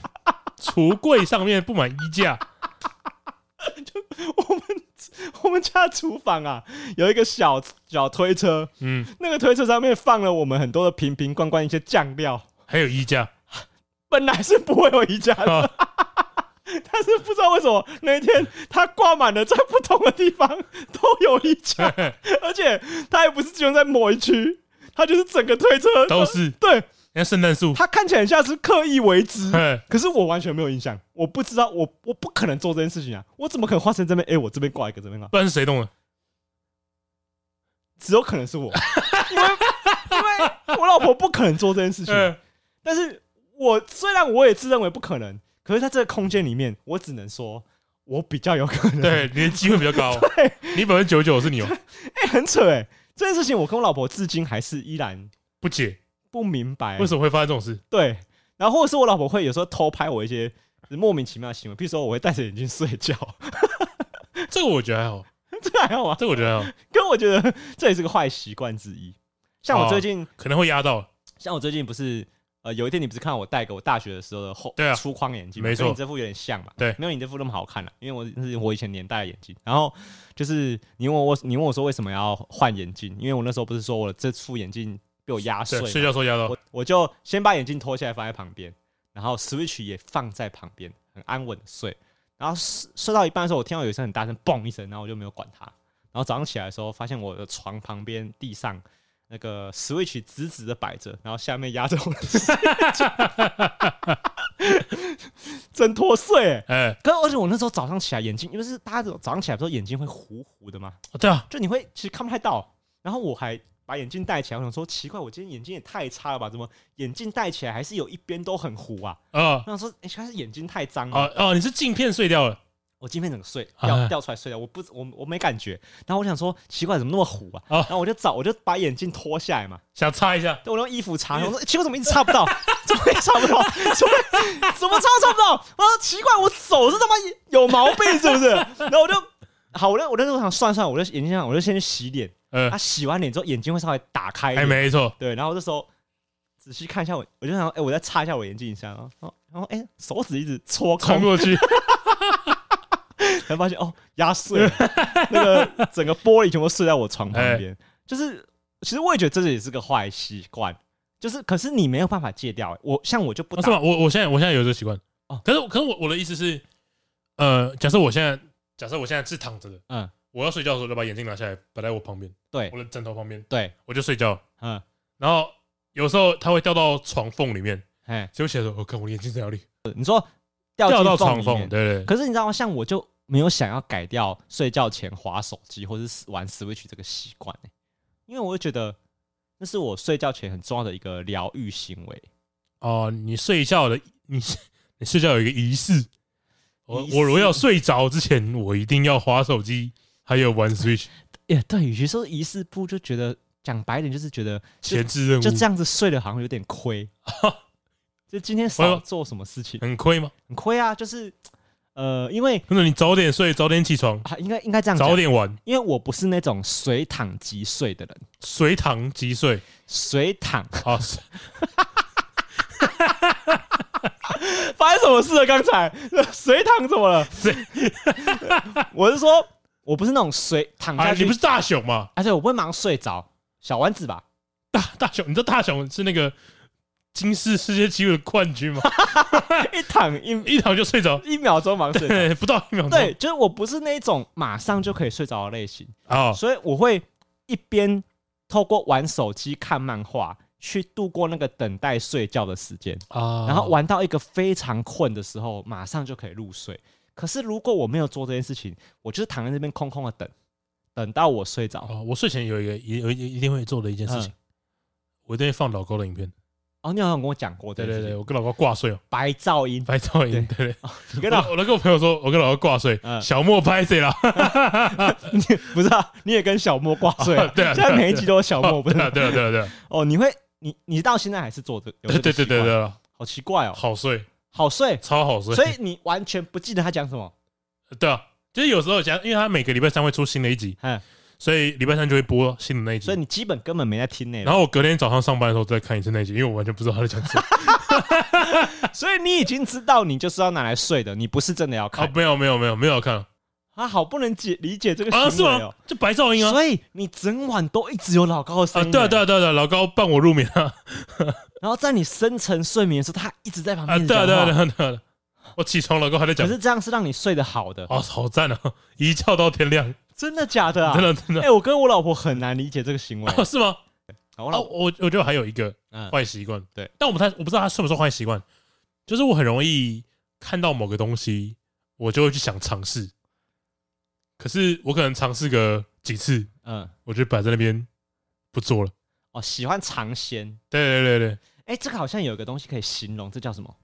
A: 橱柜上面布满衣架，
B: 我们我们家厨房啊，有一个小小推车，
A: 嗯，
B: 那个推车上面放了我们很多的瓶瓶罐罐一些酱料，
A: 还有衣架，
B: 本来是不会有宜家的，
A: 啊
B: 但是不知道为什么那一天他挂满了，在不同的地方都有一家， 而且他也不是集中在某一区，他就是整个推车
A: 都是
B: 对，
A: 那圣诞树，哎
B: 他看起来很像是刻意为之，
A: 嘿
B: 可是我完全没有印象，我不知道，我我不可能做这件事情啊，我怎么可能化成这边？哎、我这边挂一个，这边挂，
A: 不然是谁动的？
B: 只有可能是我，因为因为我老婆不可能做这件事情，
A: 嗯，
B: 但是我虽然我也自认为不可能，可是在这个空间里面，我只能说，我比较有可能。
A: 对，你的机会比较高。哦你百分之九九是你哦，
B: 哎、 很扯哎、这件事情我跟我老婆至今还是依然
A: 不解
B: 不明白
A: 为什么会发生这种事？
B: 对，然后或者是我老婆会有时候偷拍我一些莫名其妙的行为，比如说我会戴着眼镜睡觉，
A: 这个我觉得还好，
B: 这还好吗？
A: 这个我觉得还好，
B: 跟我觉得这也是个坏习惯之一。像我
A: 哦
B: 最近，
A: 可能会压到。
B: 像我最近不是。呃，有一天你不是看我戴个我大学的时候的厚
A: 对啊
B: 粗框眼镜吗，
A: 没错
B: 跟你这副有点像嘛，
A: 对
B: 没有你这副那么好看了、啊因为我那是我以前年代的眼镜。然后就是你问我，你问我说为什么要换眼镜？因为我那时候不是说我这副眼镜被我压碎
A: 对，
B: 嘛，
A: 睡觉的时候压到
B: 我。我就先把眼镜脱下来放在旁边，然后 Switch 也放在旁边，很安稳的睡。然后睡睡到一半的时候，我听到有一声很大声“嘣”一声，然后我就没有管它。然后早上起来的时候，发现我的床旁边地上那个 Switch 直直的摆着，然后下面压着我的 Switch 枕头睡、欸。
A: 哎，
B: 可是而且我那时候早上起来眼睛，因为是大家早上起来的时候眼睛会糊糊的嘛，
A: 哦对啊，
B: 就你会其实看不太到。然后我还把眼镜戴起来，我想说奇怪，我今天眼睛也太差了吧？怎么眼镜戴起来还是有一边都很糊啊？
A: 哦
B: 我想说，哎、还是眼睛太脏了。
A: 哦哦，你是镜片碎掉了
B: 我镜片整个碎
A: 啊
B: 掉掉出来碎掉，我不我我没感觉。然后我想说奇怪，怎么那么糊啊？
A: 哦
B: 然后我就找我就把眼镜脱下来嘛，
A: 想擦一下，
B: 对我用衣服擦，我说奇怪，怎么一直擦不到？ 怎么也擦不到？怎么怎么擦都擦不到？我说奇怪，我手是他妈有毛病是不是？然后我就好，我就我就想算算，我就眼睛上我就先去洗脸。
A: 呃
B: 他、，洗完脸之后眼睛会稍微打开一
A: 哎，
B: 点，
A: 没错，
B: 对，然后这时候仔细看一下我，我就想说，哎、我再擦一下我眼镜一下，然后然后哎、手指一直搓
A: 穿
B: 空，
A: 过去，
B: 才发现哦压碎了， 那个整个玻璃全部碎在我床旁 边，
A: 哎
B: 就是其实我也觉得这也是个坏习惯，就是可是你没有办法戒掉、哎我像我就不
A: 哦是
B: 打，
A: 吗？我我现在我现在有这个习惯
B: 哦
A: 可是可是我我的意思是，呃，假设我现在假设我现在是躺着的，
B: 嗯，
A: 我要睡觉的时候就把眼镜拿下来摆在我旁边，
B: 对
A: 我的枕头旁边，
B: 对，
A: 我就睡觉。
B: 嗯，
A: 然后有时候它会掉到床缝里面，
B: 哎，
A: 所以我起来说，我、哦看我的眼睛在哪里？
B: 你说掉
A: 掉
B: 进
A: 到床
B: 里
A: 缝，
B: 面
A: 对对对，
B: 可是你知道吗？像我就没有想要改掉睡觉前划手机或是玩 Switch 这个习惯、欸、因为我会觉得那是我睡觉前很重要的一个疗愈行为。
A: 哦，你睡觉的你你睡觉有一个仪式，我
B: 仪式
A: 我如果要睡着之前，我一定要划手机，还有玩 Switch，
B: 也、对，与其说仪式不如，就觉得讲白点就是觉得就
A: 前置任务
B: 就这样子睡了好像有点 亏，就今天
A: 我
B: 少
A: 有
B: 做什么事情
A: 很亏吗？
B: 很亏啊，就是呃，因为
A: 或者你早点睡，早点起床，
B: 啊应该应该这样讲
A: 早，点玩，
B: 因为我不是那种随躺即睡的人，
A: 随躺即睡
B: 随躺
A: 啊！是
B: 发生什么事了？刚才 随躺怎么了？ 我是说，我不是那种随躺
A: 啊，
B: 下去，
A: 你不是大熊吗？
B: 而且我不会马上睡着，小丸子吧？
A: 大大熊，你知道大熊是那个金氏世界纪录的冠 军吗？
B: 一躺一
A: 一躺就睡着，
B: 一秒钟马上睡着。
A: 对， 不到一秒钟。
B: 对，就是我不是那种马上就可以睡着的类型，
A: 哦，
B: 所以我会一边透过玩手机、看漫画去度过那个等待睡觉的时间。
A: 啊
B: 然后玩到一个非常困的时候，马上就可以入睡。可是如果我没有做这件事情，我就是躺在那边空空的等，等到我睡着。
A: 哦，我睡前有一个一有一一定会做的一件事情，
B: 嗯
A: 我一定会放老高的影片。
B: 哦，你好像跟我讲过这
A: 对
B: 件
A: 对
B: 事情，
A: 对，我跟老高挂睡哦，
B: 白噪音，
A: 拍照影。对 对，
B: 你
A: 我
B: 跟他
A: 都我都跟我朋友说，我跟老高挂睡，
B: 嗯
A: 小莫拍谁啦？？
B: 你不是啊？你也跟小莫挂睡啊
A: 对啊对啊
B: 现在每一集都有小莫，不
A: 对
B: 是
A: 啊
B: 吗？
A: 对啊对啊对啊
B: 哦，你会，你你到现在还是做这，有
A: 对对对
B: 这个习
A: 对
B: 惯，
A: 对，
B: 好奇怪哦，
A: 好睡，
B: 好睡，
A: 超好睡。
B: 所以你完全不记得他讲什么，
A: 对啊，就是有时候讲，因为他每个礼拜三会出新的一集，
B: 嗯，
A: 所以礼拜三就会播新的那一集
B: 所以。你基本根本没在听内
A: 然
B: 容，
A: 后我隔天早上上班的时候再看一次那一集，因为我完全不知道他在讲什么。
B: 所以你已经知道你就是要拿来睡的，你不是真的要
A: 啊
B: 看，
A: 没有没有没有没有 看
B: 啊，好不能解理解这个
A: 啊，是
B: 行为
A: 吗
B: 哦。？
A: 就白噪音啊
B: 所以你整晚都一直有老高的声
A: 啊，
B: 音、
A: 对啊对
B: 欸
A: 啊对啊对啊，老高伴我入眠啊
B: 然后在你深沉睡眠的时候，他一直在旁
A: 啊，
B: 边
A: 对啊对啊对
B: 讲
A: 啊对啊对啊，
B: 话
A: 我起床了，过后还在
B: 可
A: 讲，
B: 是这样是让你睡得好的，
A: 哦，好赞啊！ 一觉到天亮，
B: 真的假的啊？
A: 真的真 的
B: 哎、我跟我老婆很难理解这个行为。
A: 哦，是吗？
B: 我
A: 哦，
B: 老婆，
A: 我我觉得我还有一个
B: 嗯，
A: 坏习惯，
B: 对，
A: 但我不太我不知道它算不算坏习惯，就是我很容易看到某个东西，我就会去想尝试，可是我可能尝试个几次，
B: 嗯，
A: 我就摆在那边不做了。
B: 哦，喜欢尝鲜。
A: 对对对对，
B: 哎、这个好像有一个东西可以形容，这叫什么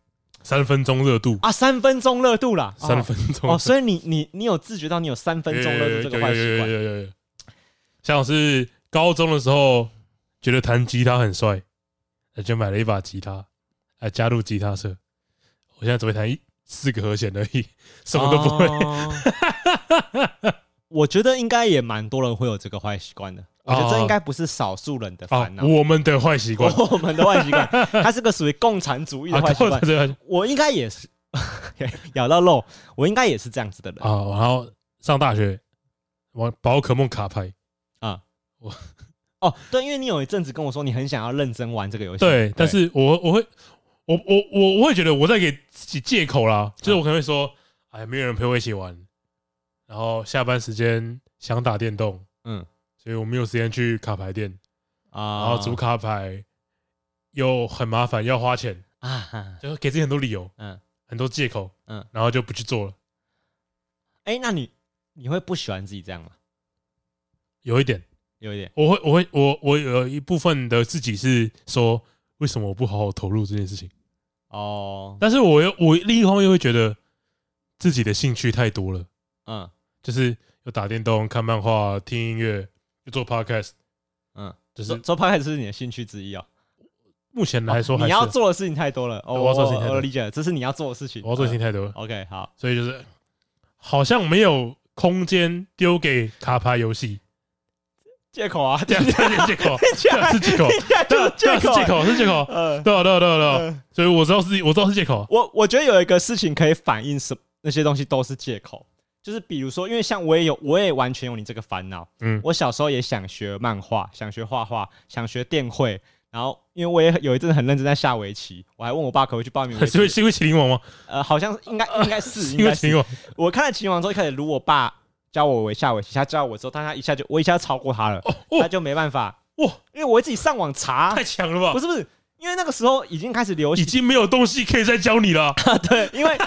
A: 三分钟热度，
B: 啊？三分钟热度啦。
A: 三分钟
B: 哦哦，所以你你你有自觉到你有三分钟热度这个坏习
A: 有
B: 惯？
A: 有有有有，像是高中的时候，觉得弹吉他很帅，就买了一把吉他，还加入吉他社。我现在只会弹一四个和弦而已，什么都不会。
B: 哦会。哦我觉得应该也蛮多人会有这个坏习惯的。我觉得这应该不是少数人的
A: 啊
B: 烦，恼，
A: 哦我们的坏习惯，
B: 我们的坏习惯，它是个属于共产主义 的
A: 啊
B: 坏习
A: 高
B: 惯
A: 中。的坏习
B: 我应该也是 咬到肉，我应该也是这样子的人
A: 惯啊，然后上大学玩宝可梦卡牌，
B: 啊。
A: 我
B: 哦，对，因为你有一阵子跟我说你很想要认真玩这个游戏，
A: 对，但是我我会我我我我会觉得我在给自己借口啦，
B: 嗯
A: 就是我可能会说，哎，没有人陪我一起玩，然后下班时间想打电动，
B: 嗯
A: 所以我没有时间去卡牌店，然
B: 啊，
A: 后组卡牌又很麻烦，要花钱，
B: 啊啊，
A: 就给自己很多理由，
B: 嗯，
A: 很多借口，
B: 嗯
A: 然后就不去做了，
B: 哎、那你你会不喜欢自己这样吗？
A: 有一点。
B: 有一点
A: 我会，我会，我我有一部分的自己是说，为什么我不好好投入这件事情？
B: 哦，
A: 但是我又我另一方面又会觉得自己的兴趣太多了，
B: 嗯
A: 就是有打电动、看漫画、听音乐、又做 podcast，
B: 嗯，
A: 就
B: 做
A: 是
B: 做 p o d 是你的兴趣之一哦。哦
A: 目前来说还
B: 你
A: 是
B: 要做的事情太多了，哦，
A: 对我要做的事情太
B: 我
A: 多
B: 我理解了，这是你要做的事情，
A: 我要做的事情太多了
B: 嗯。OK，好，
A: 所以就是好像没有空间丢给卡牌游 戏，
B: 借口啊，
A: 这样这样是借口，这样是借 口，
B: 一下
A: 对
B: 就
A: 啊，这样
B: 借
A: 是
B: 口，
A: 借，口，是借口，
B: 呃，
A: 对啊，对啊，对啊，对啊，
B: 呃
A: 所以我知道是，我知道是借口，
B: 我我觉得有一个事情可以反映什那些东西都是借口，就是比如说，因为像我也有，我也完全有你这个烦恼。
A: 嗯
B: 我小时候也想学漫画，想学画画，想学电绘，然后因为我也有一阵子很认真在下围棋，我还问我爸可不可以去报名围
A: 是因为
B: 棋，
A: 是因为麒麟王吗？
B: 呃，好像 应该应该是
A: 是
B: 应
A: 因为
B: 该
A: 麒麟
B: 是。
A: 王，
B: 我看了《棋王》之后，一开始如我爸教我围下围棋，他教我之后，但他一下就我一下就超过他了，
A: 哦
B: 他
A: 哦，
B: 就没办法，
A: 哇，
B: 因为我会自己上网查
A: 太，强了吧！
B: 啊不是不是，因为那个时候已经开始流行
A: 已经没有东西可以再教你了，好，
B: 对， 因为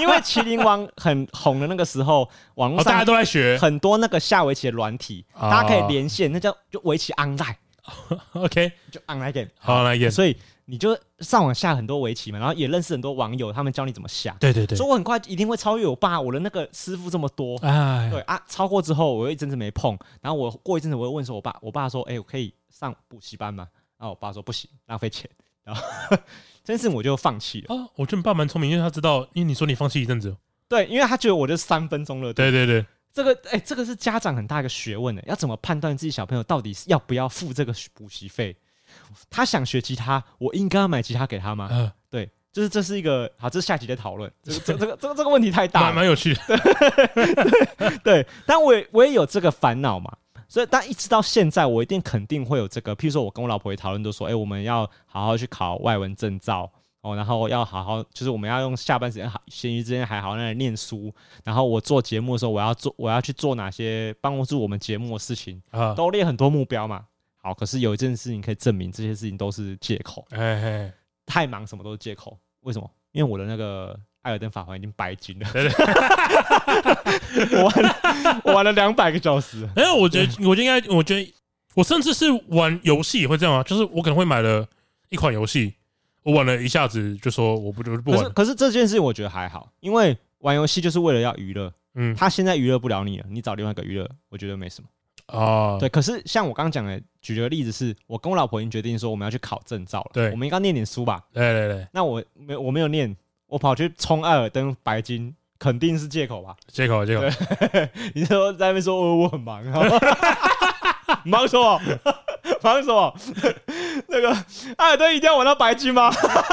B: 因为麒麟王很红的那个时候，网络
A: 哦大家
B: 上
A: 都在 学。
B: 很多那个下围棋的软体，
A: 啊
B: 大家可以连线，那叫就围棋 online，
A: OK，
B: 就 online game。
A: 好来演。
B: 所以你就上网下很多围棋嘛，然后也认识很多网友，他们教你怎么下。
A: 对对对
B: 所以我很快一定会超越我爸，我的那个师傅这么多。
A: 哎
B: 对，啊，超过之后我又一阵子没碰，然后我过一阵子我又问说我爸，我爸说，哎、我可以上补习班吗？然后我爸说不行，浪费钱。然后 这件事情我就放弃了。
A: 啊，我觉得你爸蛮聪明，因为他知道，因为你说你放弃一阵子，
B: 对，因为他觉得我就三分钟热度，
A: 对对对，
B: 这个哎、这个是家长很大一个学问欸的，要怎么判断自己小朋友到底是要不要付这个学补习费？他想学吉他，我应该要买吉他给他吗？
A: 啊，
B: 对，就是这是一个好，这是下集再讨论。这个这这个这个这个问题太大
A: 蛮
B: 了，
A: 蛮有趣的。
B: 对。但我也我也有这个烦恼嘛，所以但一直到现在，我一定肯定会有这个。譬如说，我跟我老婆也讨论，都说，哎、我们要好好去考外文证照。哦，然后要好好，就是我们要用下班时间好，闲余之间还好好那里念书。然后我做节目的时候，我要做，我要去做哪些帮助我们节目的事情，
A: 啊，
B: 都列很多目标嘛。好，可是有一件事情可以证明这些事情都是借口，
A: 哎哎，
B: 太忙什么都是借口。为什么？因为我的那个艾尔登法环已经白金了，
A: 对
B: 我玩了我玩了两百个小时。
A: 哎，我觉得，我觉得应该，我觉得，我甚至是玩游戏也会这样啊，就是我可能会买了一款游戏，我玩了一下子就说我不我就不
B: 可
A: 玩
B: 是
A: 了，
B: 可是这件事情我觉得还好，因为玩游戏就是为了要娱乐，
A: 嗯
B: 他现在娱乐不了你了，你找另外一个娱乐，我觉得没什么。
A: 啊，
B: 对，可是像我刚刚讲的，举个例子是，我跟我老婆已经决定说我们要去考证照了，
A: 对
B: 我们应该念点书吧？
A: 来来来，
B: 那我没我没有念，我跑去冲艾尔登白金，肯定是借口吧？
A: 借口借口，
B: 你说在那边说呃我我很忙，啊 忙什么？忙什么？那个艾尔登一定要玩到白金吗？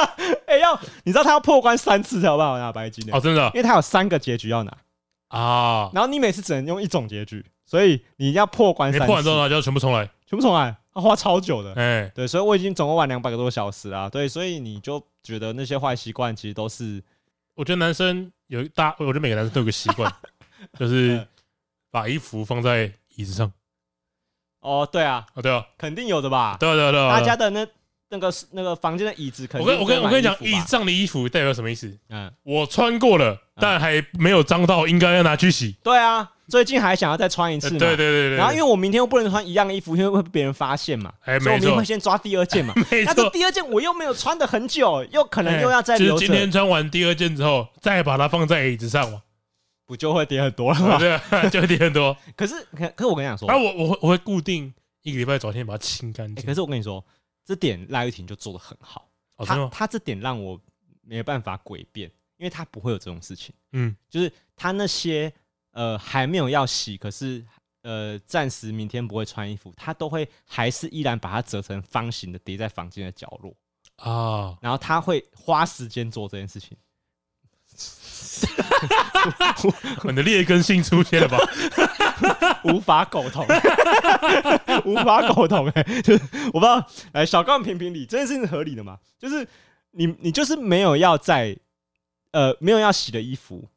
B: 哎、要你知道他要破关三次才有办法拿白金的、
A: 哦，真哦的
B: 因为他有三个结局要拿，
A: 啊，
B: 然后你每次只能用一种结局，所以你一定要破关
A: 没
B: 三次，
A: 破完之后呢，就要全部重来，
B: 全部重来，他花超久的。
A: 哎，
B: 对，啊所以我已经总共玩两百个多小时啦。对，所以你就觉得那些坏习惯其实都是
A: 我觉得男生有一大，我觉得每个男生都有个习惯，就是把衣服放在椅子上。
B: 哦，对啊，
A: 啊，对啊，
B: 肯定有的吧？
A: 对啊，对啊，对啊。
B: 大家的那那个那个房间的椅子，肯
A: 我
B: 定
A: 跟我跟我跟你讲，
B: 椅
A: 椅子，上的衣服代表什么意思？
B: 嗯，
A: 我穿过了，
B: 啊
A: 但还没有脏到，应该要拿去洗。
B: 对啊，最近还想要再穿一
A: 呃
B: 次
A: 对对
B: 呢。
A: 对对。
B: 然后因为我明天又不能穿一样的衣服，因为会被别人发现嘛，
A: 哎
B: 所以
A: 没错
B: 我明天会先抓第二 件嘛。
A: 为
B: 那这第二件我又没有穿的很久，又可能又要再
A: 哎就是
B: 留
A: 今天
B: 着，
A: 穿完第二件之后，再把它放在椅子上嘛，
B: 不就会跌很多了
A: 对
B: 吗？
A: 不对， 就有点 多。
B: 可是可可是我跟你讲说，
A: 然后我我会我会固定一个礼拜找天把它清干
B: 哎
A: 净。
B: 可是我跟你说，这点赖玉婷就做的很好，
A: 哦，真的
B: 他
A: 吗？
B: 他这点让我没有办法诡辩，因为他不会有这种事情。
A: 嗯，
B: 就是他那些呃还没有要洗，可是呃暂时明天不会穿衣服，他都会还是依然把它折成方形的叠在房间的角落，
A: 啊，
B: 然后他会花时间做这件事情。
A: 你的劣根性出现了吧？
B: 无法苟同， 无法苟同、欸。就是我不知道，哎，小高评评理，这件事情是合理的嘛？就是你，你就是没有要在呃没有要洗的衣服，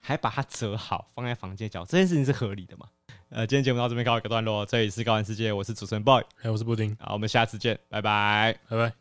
B: 还把它折好放在房间角，这件事情是合理的嘛？呃，今天节目到这边告一个段落，这里是高玩世界，我是主持人 boy，
A: 哎，我是布丁，
B: 好，我们下次见，拜拜。
A: 拜拜。